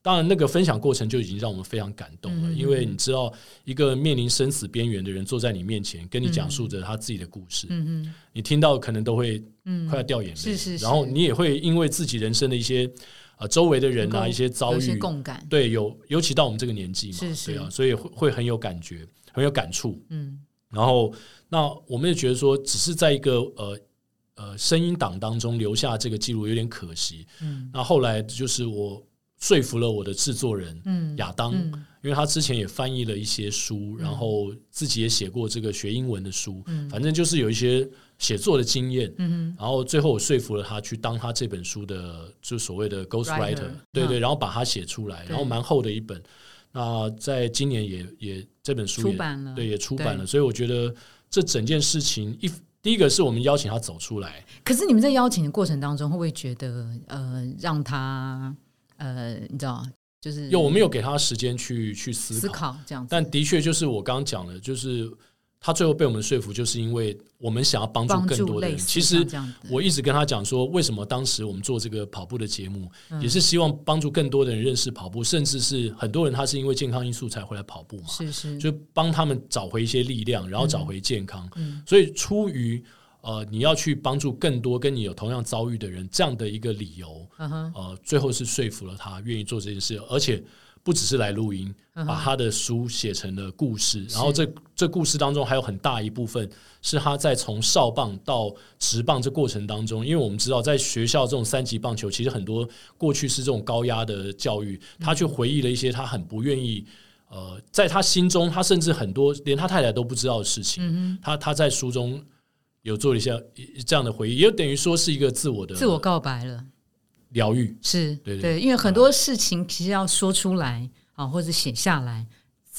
[SPEAKER 1] 当然那个分享过程就已经让我们非常感动了，
[SPEAKER 2] 嗯
[SPEAKER 1] 因为你知道，一个面临生死边缘的人坐在你面前，跟你讲述着他自己的故事，
[SPEAKER 2] 嗯嗯
[SPEAKER 1] 你听到可能都会
[SPEAKER 2] 嗯，
[SPEAKER 1] 快要掉眼泪，
[SPEAKER 2] 是是是
[SPEAKER 1] 然后你也会因为自己人生的一些呃周围的人
[SPEAKER 2] 能
[SPEAKER 1] 啊
[SPEAKER 2] 够
[SPEAKER 1] 一些遭
[SPEAKER 2] 有一些
[SPEAKER 1] 遇，
[SPEAKER 2] 共感，
[SPEAKER 1] 对，有尤其到我们这个年纪嘛，
[SPEAKER 2] 是是
[SPEAKER 1] 对啊，所以会会很有感觉，很有感触。
[SPEAKER 2] 嗯
[SPEAKER 1] 然后，那我们也觉得说，只是在一个呃呃声音档当中留下这个记录有点可惜。
[SPEAKER 2] 嗯
[SPEAKER 1] 那后来就是我说服了我的制作人
[SPEAKER 2] 嗯，
[SPEAKER 1] 亚当，
[SPEAKER 2] 嗯
[SPEAKER 1] 因为他之前也翻译了一些书，然后自己也写过这个学英文的书，
[SPEAKER 2] 嗯
[SPEAKER 1] 反正就是有一些写作的经验。
[SPEAKER 2] 嗯
[SPEAKER 1] 然后最后我说服了他去当他这本书的，就所谓的
[SPEAKER 2] Writer，嗯
[SPEAKER 1] ghostwriter，对对，然后把它写出来，然后蛮厚的一本。那在今年也也这本书
[SPEAKER 2] 出
[SPEAKER 1] 也
[SPEAKER 2] 版了，
[SPEAKER 1] 对也出版
[SPEAKER 2] 对
[SPEAKER 1] 了，所以我觉得这整件事情一第一个是我们邀请他走出来，
[SPEAKER 2] 可是你们在邀请的过程当中，会不会觉得呃，让他呃，你知道，就是
[SPEAKER 1] 又我没有给他时间去去思考，
[SPEAKER 2] 思考这样子？
[SPEAKER 1] 但的确就是我刚刚讲的，就是他最后被我们说服，就是因为我们想要帮助
[SPEAKER 2] 帮
[SPEAKER 1] 更
[SPEAKER 2] 助
[SPEAKER 1] 多的
[SPEAKER 2] 类
[SPEAKER 1] 人。
[SPEAKER 2] 似
[SPEAKER 1] 其实
[SPEAKER 2] 像这样子，
[SPEAKER 1] 我一直跟他讲说，为什么当时我们做这个跑步的节目，
[SPEAKER 2] 嗯
[SPEAKER 1] 也是希望帮助更多的人认识跑步，甚至是很多人他是因为健康因素才回来跑步嘛，
[SPEAKER 2] 是是
[SPEAKER 1] 就帮他们找回一些力量，然后找回健康。
[SPEAKER 2] 嗯
[SPEAKER 1] 所以出于呃，你要去帮助更多跟你有同样遭遇的人，这样的一个理由，
[SPEAKER 2] 嗯哼
[SPEAKER 1] 呃，最后是说服了他愿意做这件事，而且不只是来录音，
[SPEAKER 2] 嗯
[SPEAKER 1] 把
[SPEAKER 2] 哼
[SPEAKER 1] 他的书写成了故事，然后这这故事当中还有很大一部分是他在从少棒到职棒这过程当中，因为我们知道在学校这种三级棒球，其实很多过去是这种高压的教育，他去回忆了一些他很不愿意。呃，在他心中，他甚至很多连他太太都不知道的事情，
[SPEAKER 2] 嗯
[SPEAKER 1] 他他在书中有做了一些呃这样的回忆，也等于说是一个自我的
[SPEAKER 2] 哼，自我告白了，
[SPEAKER 1] 疗愈。
[SPEAKER 2] 是
[SPEAKER 1] 对对
[SPEAKER 2] 因为很多事情其实要说出来啊，或者写下来。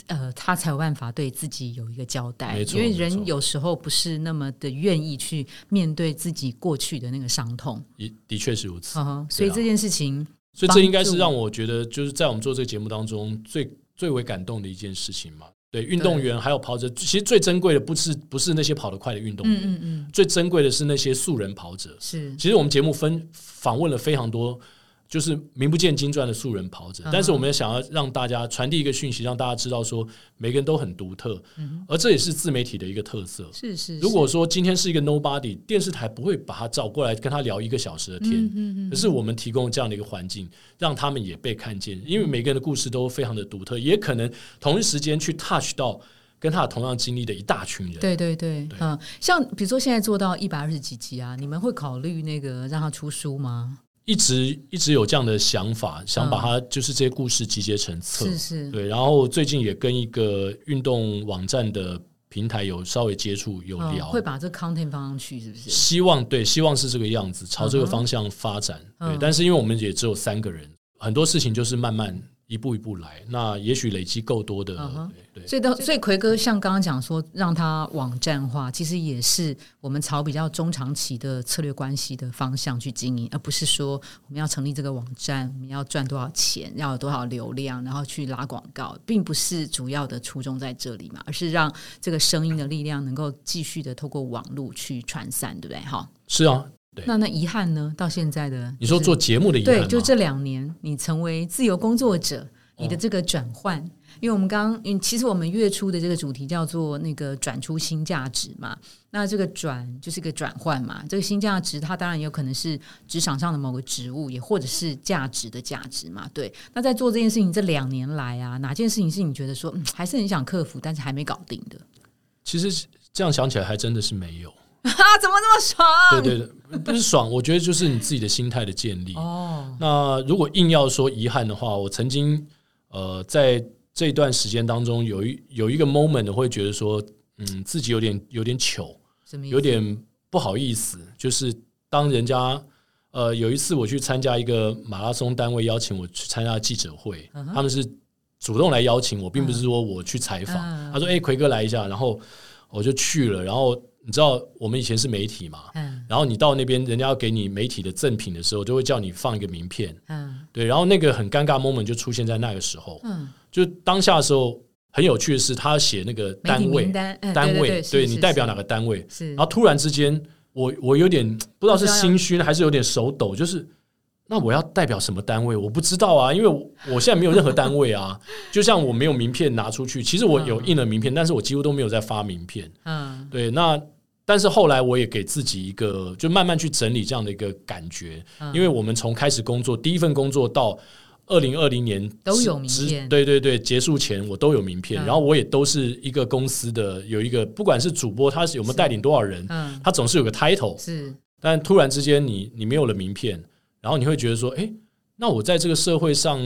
[SPEAKER 2] 呃，他才有办法对自己有一个交代，
[SPEAKER 1] 没错
[SPEAKER 2] 因为
[SPEAKER 1] 没
[SPEAKER 2] 人
[SPEAKER 1] 错
[SPEAKER 2] 有时候不是那么的愿意去面对自己过去的那个伤痛，
[SPEAKER 1] 也的确是如此，
[SPEAKER 2] 嗯哼，所以
[SPEAKER 1] 对啊
[SPEAKER 2] 这件事情
[SPEAKER 1] 所以这应该是让我觉得，就是在我们做这个节目当中最最为感动的一件事情嘛。对，运动员还有跑者，其实最珍贵的不是不是那些跑得快的运动
[SPEAKER 2] 嗯
[SPEAKER 1] 员，
[SPEAKER 2] 嗯嗯，
[SPEAKER 1] 最珍贵的是那些素人跑者。
[SPEAKER 2] 是
[SPEAKER 1] 其实我们节目分访问了非常多，就是名不见经传的素人跑者，
[SPEAKER 2] 嗯哼
[SPEAKER 1] 但是我们想要让大家传递一个讯息，让大家知道说每个人都很独特，
[SPEAKER 2] 嗯
[SPEAKER 1] 而这也是自媒体的一个特色。
[SPEAKER 2] 是是。
[SPEAKER 1] 如果说今天是一个 nobody，电视台不会把他找过来跟他聊一个小时的
[SPEAKER 2] 是
[SPEAKER 1] 天，
[SPEAKER 2] 嗯嗯
[SPEAKER 1] 可是我们提供这样的一个环境，让他们也被看见，因为每个人的故事都非常的独特，也可能同一时间去 touch 到跟他有同样经历的一大群人。
[SPEAKER 2] 对对对，
[SPEAKER 1] 对
[SPEAKER 2] 嗯，像比如说现在做到一百二十几集啊，你们会考虑那个让他出书吗？
[SPEAKER 1] 一直一直有这样的想法，想把
[SPEAKER 2] 嗯
[SPEAKER 1] 它就是这些故事集结成册。
[SPEAKER 2] 是是，
[SPEAKER 1] 对，然后最近也跟一个运动网站的平台有稍微接触，有
[SPEAKER 2] 嗯，
[SPEAKER 1] 聊，
[SPEAKER 2] 会把这 content 放上去，是不是？
[SPEAKER 1] 希望对，希望是这个样子，朝这个
[SPEAKER 2] 嗯哼
[SPEAKER 1] 方向发展。
[SPEAKER 2] 嗯
[SPEAKER 1] 对，但是因为我们也只有三个人，很多事情就是慢慢一步一步来。那也许累积够多的，
[SPEAKER 2] 嗯哼
[SPEAKER 1] 对对
[SPEAKER 2] 所以到，所以奎
[SPEAKER 1] 嗯
[SPEAKER 2] 哥像刚刚讲说，让他网站化，其实也是我们朝比较中长期的策略关系的方向去经营，而不是说我们要成立这个网站，我们要赚多少钱，要有多少流量，然后去拉广告，并不是主要的初衷在这里嘛，而是让这个声音的力量能够继续的透过网络去传散，对不对？哈，
[SPEAKER 1] 是啊，对
[SPEAKER 2] 那那遗憾呢？到现在的
[SPEAKER 1] 你说
[SPEAKER 2] 就是
[SPEAKER 1] 做节目的遗憾
[SPEAKER 2] 对，
[SPEAKER 1] 吗
[SPEAKER 2] 就这两年你成为自由工作者，你
[SPEAKER 1] 哦
[SPEAKER 2] 的这个转换，因为我们刚刚，因为其实我们月初的这个主题叫做那个转出新价值嘛，那这个转就是一个转换嘛，这个新价值它当然有可能是职场上的某个职务，也或者是价值的价值嘛，对。那在做这件事情这两年来啊，哪件事情是你觉得说、嗯、还是很想克服，但是还没搞定的？
[SPEAKER 1] 其实这样想起来还真的是没有。
[SPEAKER 2] 啊，怎么那么爽？
[SPEAKER 1] 对对对，不是爽，我觉得就是你自己的心态的建立。
[SPEAKER 2] 哦，
[SPEAKER 1] 那如果硬要说遗憾的话，我曾经呃在这段时间当中有一有一个 moment 我会觉得说，嗯，自己有点有点糗，
[SPEAKER 2] 什么意思？
[SPEAKER 1] 有点不好意思，就是当人家呃有一次我去参加一个马拉松单位邀请我去参加记者会，
[SPEAKER 2] 嗯哼
[SPEAKER 1] 他们是主动来邀请我，并不是说我去采访。
[SPEAKER 2] 嗯
[SPEAKER 1] 他说：“哎、奎哥来一下。”然后我就去了。然后你知道我们以前是媒体嘛，
[SPEAKER 2] 嗯
[SPEAKER 1] 然后你到那边人家要给你媒体的赠品的时候，就会叫你放一个名片。
[SPEAKER 2] 嗯
[SPEAKER 1] 对，然后那个很尴尬 moment 就出现在那个时候，
[SPEAKER 2] 嗯，
[SPEAKER 1] 就当下的时候很有趣的是，他写那个
[SPEAKER 2] 媒
[SPEAKER 1] 单
[SPEAKER 2] 体
[SPEAKER 1] 位
[SPEAKER 2] 名单，嗯
[SPEAKER 1] 单位，
[SPEAKER 2] 对
[SPEAKER 1] 你代表哪
[SPEAKER 2] 个？
[SPEAKER 1] 个单位，
[SPEAKER 2] 是
[SPEAKER 1] 然后突然之间，我我有点不知道是
[SPEAKER 2] 不知道要
[SPEAKER 1] 心虚呢还是有点手抖，就是那我要代表什么单位，我不知道啊，因为我我现在没有任何单位啊， 就像我没有名片拿出去，其实我有
[SPEAKER 2] 嗯
[SPEAKER 1] 印了名片，但是我几乎都没有在发名片。
[SPEAKER 2] 嗯。
[SPEAKER 1] 对，那但是后来我也给自己一个，就慢慢去整理这样的一个感觉，
[SPEAKER 2] 嗯
[SPEAKER 1] 因为我们从开始工作第一份工作到。二零二零年
[SPEAKER 2] 都有
[SPEAKER 1] 之
[SPEAKER 2] 名
[SPEAKER 1] 之
[SPEAKER 2] 片
[SPEAKER 1] 对对对，结束前我都有名片，
[SPEAKER 2] 嗯
[SPEAKER 1] 然后我也都是一个公司的有一个，不管是主播他是有没有
[SPEAKER 2] 是
[SPEAKER 1] 带领多少人，
[SPEAKER 2] 嗯，
[SPEAKER 1] 他总是有个 title，
[SPEAKER 2] 是
[SPEAKER 1] 但突然之间你你没有了名片，然后你会觉得说，诶，那我在这个社会上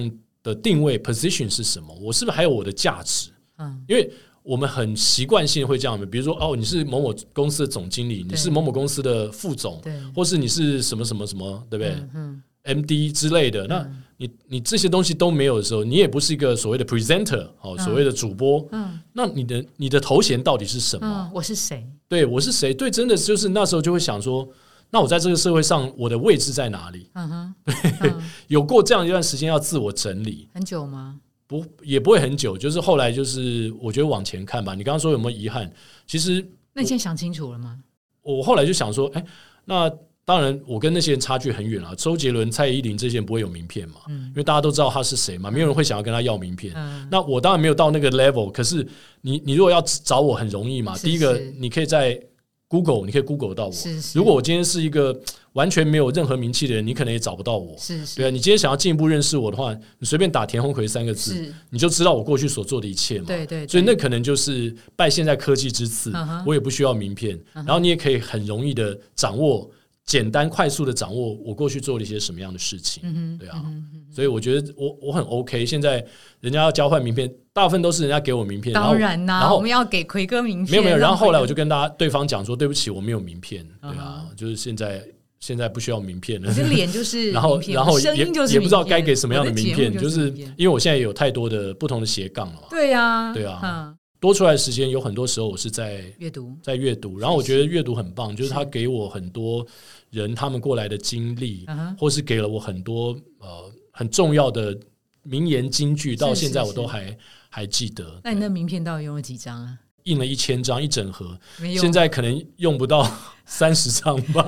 [SPEAKER 1] 的定位 position 是什么？我是不是还有我的价值？
[SPEAKER 2] 嗯，
[SPEAKER 1] 因为我们很习惯性会这样，比如说哦，你是某某公司的总经理，你是某某公司的副总，
[SPEAKER 2] 对，
[SPEAKER 1] 或是你是什么什么什么，对不对、
[SPEAKER 2] 嗯嗯
[SPEAKER 1] m d 之类的，那
[SPEAKER 2] 嗯
[SPEAKER 1] 你你这些东西都没有的时候，你也不是一个所谓的 presenter 哦，
[SPEAKER 2] 嗯
[SPEAKER 1] 所谓的主播，
[SPEAKER 2] 嗯
[SPEAKER 1] 那你的你的头衔到底是什么？
[SPEAKER 2] 嗯，我是谁？
[SPEAKER 1] 对我是谁？对，真的就是那时候就会想说，那我在这个社会上我的位置在哪里？
[SPEAKER 2] 嗯哼，嗯
[SPEAKER 1] 有过这样一段时间要自我整理，
[SPEAKER 2] 很久吗？
[SPEAKER 1] 不也不会很久，就是后来就是我觉得往前看吧。你刚刚说有没有遗憾？其实
[SPEAKER 2] 那你现在想清楚了吗？
[SPEAKER 1] 我后来就想说，哎、那当然我跟那些人差距很远啊。周杰伦、蔡依林这些人不会有名片嘛，
[SPEAKER 2] 嗯
[SPEAKER 1] 因为大家都知道他是谁嘛，没有人会想要跟他要名片。
[SPEAKER 2] 嗯
[SPEAKER 1] 那我当然没有到那个 level，可是你你如果要找我很容易嘛，
[SPEAKER 2] 是
[SPEAKER 1] 第一个
[SPEAKER 2] 是
[SPEAKER 1] 你可以在 Google，你可以 Google 到我。
[SPEAKER 2] 是是，
[SPEAKER 1] 如果我今天是一个完全没有任何名气的人，你可能也找不到我。
[SPEAKER 2] 是是
[SPEAKER 1] 对啊，你今天想要进一步认识我的话，你随便打田红奎三个字，
[SPEAKER 2] 是，
[SPEAKER 1] 你就知道我过去所做的一切嘛。
[SPEAKER 2] 对对，对
[SPEAKER 1] 所以那可能就是拜现在科技之赐
[SPEAKER 2] 嗯哼嗯
[SPEAKER 1] 我也不需要名片，然后你也可以很容易的掌握、简单快速的掌握我过去做了一些什么样的事情。
[SPEAKER 2] 嗯哼，
[SPEAKER 1] 对
[SPEAKER 2] 对
[SPEAKER 1] 啊，所以我觉得我我很 OK。现在人家要交换名片，大部分都是人家给我名片，
[SPEAKER 2] 当然
[SPEAKER 1] 然后
[SPEAKER 2] 啦，
[SPEAKER 1] 然后
[SPEAKER 2] 我们要给奎哥名片，
[SPEAKER 1] 没有没有。然后后来我
[SPEAKER 2] 就
[SPEAKER 1] 就跟大家对方讲说，对不起，我没有名片，对
[SPEAKER 2] 嗯
[SPEAKER 1] 啊，就是现在现在不需要名片了
[SPEAKER 2] 你。的脸就是名 片，
[SPEAKER 1] 然后，然后
[SPEAKER 2] 声
[SPEAKER 1] 也
[SPEAKER 2] 音就是
[SPEAKER 1] 也不知道
[SPEAKER 2] 名片
[SPEAKER 1] 该给什么样
[SPEAKER 2] 我的
[SPEAKER 1] 名
[SPEAKER 2] 节
[SPEAKER 1] 片，
[SPEAKER 2] 目
[SPEAKER 1] 就
[SPEAKER 2] 就是名片
[SPEAKER 1] 因为我现在有太多的不同的斜杠了嘛，
[SPEAKER 2] 对啊，
[SPEAKER 1] 对啊
[SPEAKER 2] 嗯，
[SPEAKER 1] 多出来的时间有很多时候我是在
[SPEAKER 2] 阅读，
[SPEAKER 1] 在阅读，然后我觉得阅读很棒，就是他给我很多人他们过来的经历，
[SPEAKER 2] 嗯哼，
[SPEAKER 1] 或是给了我很多呃很重要的名言金句，到
[SPEAKER 2] 是
[SPEAKER 1] 现在
[SPEAKER 2] 是
[SPEAKER 1] 我都
[SPEAKER 2] 是
[SPEAKER 1] 还还记得。
[SPEAKER 2] 那你那
[SPEAKER 1] 对
[SPEAKER 2] 名片到底用了几张啊？
[SPEAKER 1] 印了一千张一整盒，
[SPEAKER 2] 没有，
[SPEAKER 1] 现在可能用不到 三十张 吧。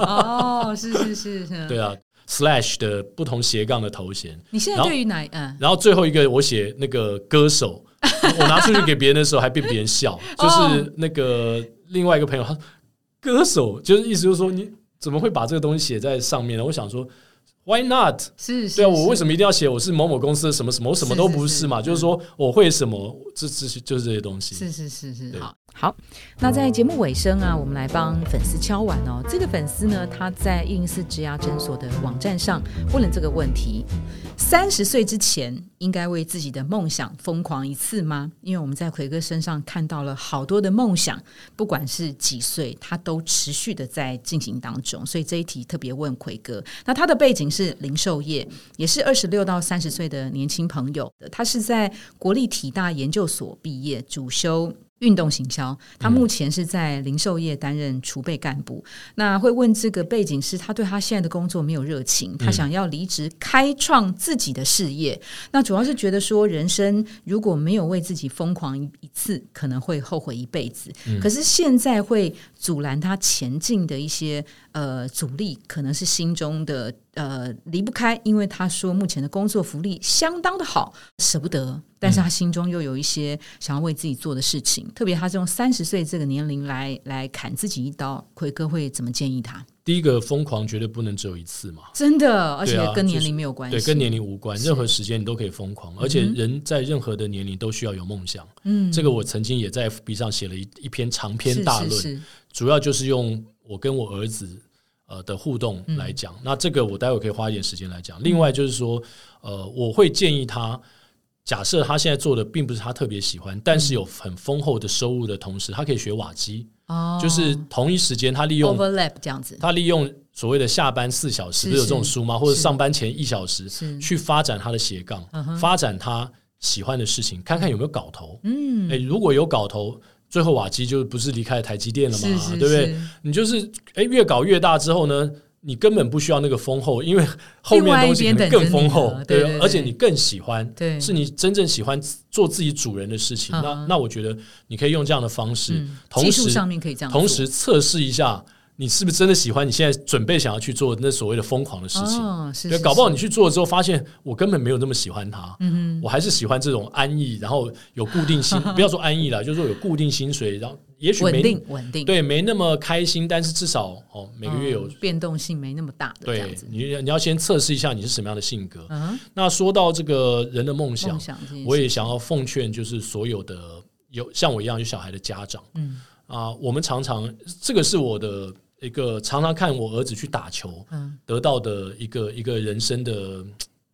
[SPEAKER 2] 哦，是是是，是
[SPEAKER 1] 对啊，slash 的不同斜杠的头衔，
[SPEAKER 2] 你现在
[SPEAKER 1] 然后
[SPEAKER 2] 对于哪嗯，
[SPEAKER 1] 然后最后一个我写那个歌手，我拿出去给别人的时候还被别人笑，就是那个另外一个朋友，他说歌手就是意思就是说你怎么会把这个东西写在上面呢？我想说，Why not？
[SPEAKER 2] 是是，
[SPEAKER 1] 对啊，我为
[SPEAKER 2] 么
[SPEAKER 1] 什么一定要写我是某某公司的什么什么？我什么
[SPEAKER 2] 是
[SPEAKER 1] 都
[SPEAKER 2] 是
[SPEAKER 1] 不
[SPEAKER 2] 是
[SPEAKER 1] 是嘛，
[SPEAKER 2] 嗯
[SPEAKER 1] 就是说我会什么，这这些就是这些东西。
[SPEAKER 2] 是是是是
[SPEAKER 1] 对
[SPEAKER 2] 好。好，那在节目尾声啊，我们来帮粉丝敲碗哦。这个粉丝呢，他在一零四植牙诊所的网站上问了这个问题：三十岁之前应该为自己的梦想疯狂一次吗？因为我们在奎哥身上看到了好多的梦想，不管是几岁，他都持续的在进行当中。所以这一题特别问奎哥。那他的背景是零售业，也是二十六到三十岁的年轻朋友。他是在国立体大研究所毕业，主修。运动行销，他目前是在零售业担任储备干部。那会问这个背景是，他对他现在的工作没有热情，他想要离职开创自己的事业。那主要是觉得说，人生如果没有为自己疯狂一次，可能会后悔一辈子。可是现在会阻拦他前进的一些呃阻力，可能是心中的呃离不开，因为他说目前的工作福利相当的好，舍不得。但是他心中又有一些想要为自己做的事情，特别他是用三十岁这个年龄来来砍自己一刀，奎哥会怎么建议他？
[SPEAKER 1] 第一个疯狂绝对不能只有一次嘛，
[SPEAKER 2] 真的，而且
[SPEAKER 1] 对啊
[SPEAKER 2] 跟年
[SPEAKER 1] 就是
[SPEAKER 2] 龄没有关系，
[SPEAKER 1] 对，跟年龄无关，
[SPEAKER 2] 是
[SPEAKER 1] 任何时间你都可以疯狂，而且人在任何的年龄都需要有梦想。
[SPEAKER 2] 嗯
[SPEAKER 1] 这个我曾经也在 FB 上写了一一篇长篇大
[SPEAKER 2] 是
[SPEAKER 1] 论，
[SPEAKER 2] 是是
[SPEAKER 1] 主要就是用我跟我儿子呃的互动
[SPEAKER 2] 嗯
[SPEAKER 1] 来讲。那这个我待会可以花一点时间来讲。另外就是说，呃，我会建议他，假设他现在做的并不是他特别喜欢，但
[SPEAKER 2] 嗯
[SPEAKER 1] 是有很丰厚的收入的同时，他可以学瓦基，
[SPEAKER 2] 哦，
[SPEAKER 1] 就是同一时间他利用
[SPEAKER 2] overlap 这样子，
[SPEAKER 1] 他利用所谓的下班四小时，
[SPEAKER 2] 是
[SPEAKER 1] 不是有这种书吗？
[SPEAKER 2] 是
[SPEAKER 1] 或者上班前一小时
[SPEAKER 2] 是
[SPEAKER 1] 去发展他的斜杠
[SPEAKER 2] 嗯哼，
[SPEAKER 1] 发展他喜欢的事情，看看有没有搞头。
[SPEAKER 2] 嗯，
[SPEAKER 1] 哎，如果有搞头，最后瓦基就不是离开台积电了嘛，
[SPEAKER 2] 是是
[SPEAKER 1] 对不对？
[SPEAKER 2] 是
[SPEAKER 1] 你就是哎越搞越大之后呢，你根本不需要那个丰厚，因为后面的东西可能更丰厚
[SPEAKER 2] 另外一边等着你了，啊
[SPEAKER 1] 对
[SPEAKER 2] 对对对
[SPEAKER 1] 而且你更喜欢。
[SPEAKER 2] 对，
[SPEAKER 1] 是你真正喜欢做自己主人的事情，
[SPEAKER 2] 嗯
[SPEAKER 1] 那那我觉得你可以用这样的方式，
[SPEAKER 2] 嗯
[SPEAKER 1] 同
[SPEAKER 2] 技
[SPEAKER 1] 时
[SPEAKER 2] 术上面可以这样做，
[SPEAKER 1] 同时测试一下，你是不是真的喜欢你现在准备想要去做那所谓的疯狂的事情。
[SPEAKER 2] 哦，是
[SPEAKER 1] 对，
[SPEAKER 2] 是
[SPEAKER 1] 搞不好
[SPEAKER 2] 是
[SPEAKER 1] 你去做了之后，发现我根本没有那么喜欢它，
[SPEAKER 2] 嗯
[SPEAKER 1] 我还是喜欢这种安逸，然后有固定 薪，不要说安逸啦，就是说有固定薪水，然后也
[SPEAKER 2] 哼
[SPEAKER 1] 许
[SPEAKER 2] 稳
[SPEAKER 1] 没
[SPEAKER 2] 定稳定，
[SPEAKER 1] 对没那么开心，但是至少哦每个月有、
[SPEAKER 2] 嗯变动性没那么大的这样
[SPEAKER 1] 对
[SPEAKER 2] 子，
[SPEAKER 1] 你你要先测试一下你是什么样的性格。
[SPEAKER 2] 嗯哼，
[SPEAKER 1] 那说到这个人的梦想
[SPEAKER 2] 梦，想这件
[SPEAKER 1] 我
[SPEAKER 2] 事，
[SPEAKER 1] 也想要奉劝，就是所有的有像我一样有小孩的家长。
[SPEAKER 2] 嗯
[SPEAKER 1] 啊，我们常常这个是我的一个常常看我儿子去打球
[SPEAKER 2] 嗯
[SPEAKER 1] 得到的一个一个人生的嗯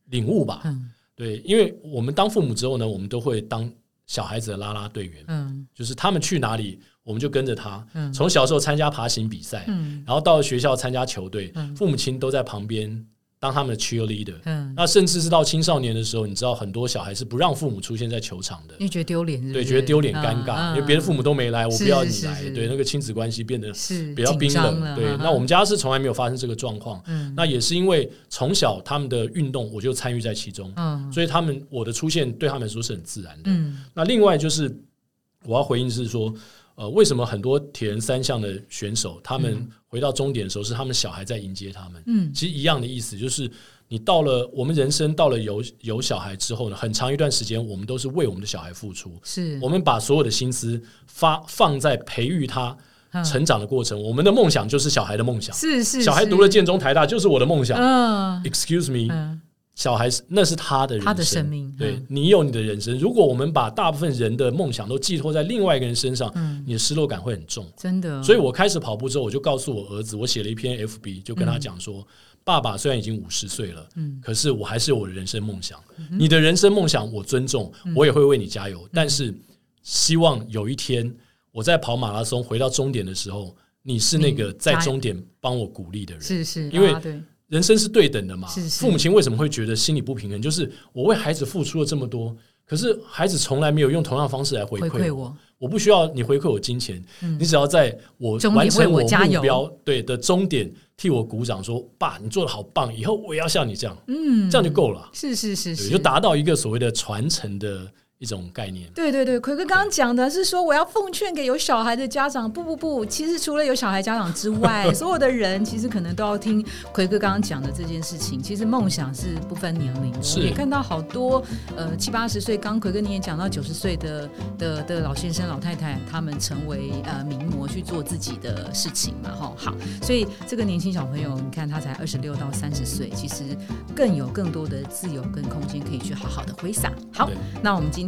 [SPEAKER 1] 领悟吧。
[SPEAKER 2] 嗯
[SPEAKER 1] 对，因为我们当父母之后呢，我们都会当小孩子的啦啦队员，
[SPEAKER 2] 嗯
[SPEAKER 1] 就是他们去哪里，我们就跟着他。
[SPEAKER 2] 嗯
[SPEAKER 1] 从小时候参加爬行比赛，
[SPEAKER 2] 嗯
[SPEAKER 1] 然后到学校参加球队
[SPEAKER 2] 嗯，
[SPEAKER 1] 父母亲都在旁边。当他们的 cheerleader。
[SPEAKER 2] 嗯，
[SPEAKER 1] 那甚至是到青少年的时候，你知道很多小孩是不让父母出现在球场的，
[SPEAKER 2] 因为觉得丢脸是不是，
[SPEAKER 1] 对，觉得丢脸尴
[SPEAKER 2] 嗯
[SPEAKER 1] 尬，
[SPEAKER 2] 嗯
[SPEAKER 1] 因为别的父母都没来，我
[SPEAKER 2] 是
[SPEAKER 1] 不要
[SPEAKER 2] 是
[SPEAKER 1] 你
[SPEAKER 2] 是
[SPEAKER 1] 来
[SPEAKER 2] 是，
[SPEAKER 1] 对，那个亲子关系变得
[SPEAKER 2] 是
[SPEAKER 1] 比较
[SPEAKER 2] 紧
[SPEAKER 1] 冰
[SPEAKER 2] 张
[SPEAKER 1] 冷。
[SPEAKER 2] 了
[SPEAKER 1] 对
[SPEAKER 2] 哈，
[SPEAKER 1] 那我们家是从来没有发生这个状况。
[SPEAKER 2] 嗯
[SPEAKER 1] 那也是因为从小他们的运动我就参与在其中，
[SPEAKER 2] 嗯
[SPEAKER 1] 所以他们我的出现对他们来说是很自然的。
[SPEAKER 2] 嗯
[SPEAKER 1] 那另外就是我要回应是说，呃，为什么很多铁人三项的选手他们回到终点的时候是他们小孩在迎接他们？
[SPEAKER 2] 嗯
[SPEAKER 1] 其实一样的意思，就是你到了我们人生到了有有小孩之后呢，很长一段时间我们都是为我们的小孩付出，
[SPEAKER 2] 是
[SPEAKER 1] 我们把所有的心思发放在培育他
[SPEAKER 2] 嗯
[SPEAKER 1] 成长的过程，我们的梦想就是小孩的梦想。
[SPEAKER 2] 是是
[SPEAKER 1] 小孩
[SPEAKER 2] 是
[SPEAKER 1] 读了建中、台大就是我的梦想。
[SPEAKER 2] 嗯
[SPEAKER 1] Excuse me，、
[SPEAKER 2] 嗯
[SPEAKER 1] 小孩是那是他的人生
[SPEAKER 2] 他的生命
[SPEAKER 1] 对
[SPEAKER 2] 嗯
[SPEAKER 1] 你有你的人生。如果我们把大部分人的梦想都寄托在另外一个人身上，
[SPEAKER 2] 嗯，
[SPEAKER 1] 你的失落感会很重。
[SPEAKER 2] 真的，
[SPEAKER 1] 所以我开始跑步之后，我就告诉我儿子，我写了一篇 FB，就跟他讲说，爸爸虽然已经五十岁了，
[SPEAKER 2] 嗯
[SPEAKER 1] 可是我还是有我的人生梦想。你的人生梦想我尊重，
[SPEAKER 2] 嗯
[SPEAKER 1] 我也会为你加油。但是希望有一天我在跑马拉松回到终点的时候，你是那个
[SPEAKER 2] 嗯
[SPEAKER 1] 在
[SPEAKER 2] 加油
[SPEAKER 1] 终点帮我鼓励的人。
[SPEAKER 2] 是是，
[SPEAKER 1] 因为
[SPEAKER 2] 啊对
[SPEAKER 1] 人生是对等的嘛。
[SPEAKER 2] 是是
[SPEAKER 1] 父母亲为什么会觉得心里不平衡？就是我为孩子付出了这么多，可是孩子从来没有用同样的方式来回
[SPEAKER 2] 回
[SPEAKER 1] 馈
[SPEAKER 2] 馈
[SPEAKER 1] 我。
[SPEAKER 2] 我，
[SPEAKER 1] 我不需要你回馈我金钱，
[SPEAKER 2] 嗯
[SPEAKER 1] 你只要在我
[SPEAKER 2] 终点
[SPEAKER 1] 完成
[SPEAKER 2] 为我加油
[SPEAKER 1] 目标对的终点替我鼓掌说，爸，你做的好棒，以后我也要像你这样，
[SPEAKER 2] 嗯，
[SPEAKER 1] 这样就够了，啊
[SPEAKER 2] 是是是
[SPEAKER 1] 对，
[SPEAKER 2] 是，
[SPEAKER 1] 就达到一个所谓的传承的一种概念。
[SPEAKER 2] 对对对，奎哥刚刚讲的是说，我要奉劝给有小孩的家长，不不不，其实除了有小孩家长之外，所有的人其实可能都要听奎哥刚刚讲的这件事情。其实梦想是不分年龄的，
[SPEAKER 1] 是
[SPEAKER 2] 我也看到好多呃七八十岁，刚刚奎哥你也讲到九十岁的的的老先生、老太太，他们成为呃名模去做自己的事情嘛，哈，好，所以这个年轻小朋友，你看他才二十六到三十岁，其实更有更多的自由跟空间可以去好好的挥洒。好
[SPEAKER 1] 对，
[SPEAKER 2] 那我们今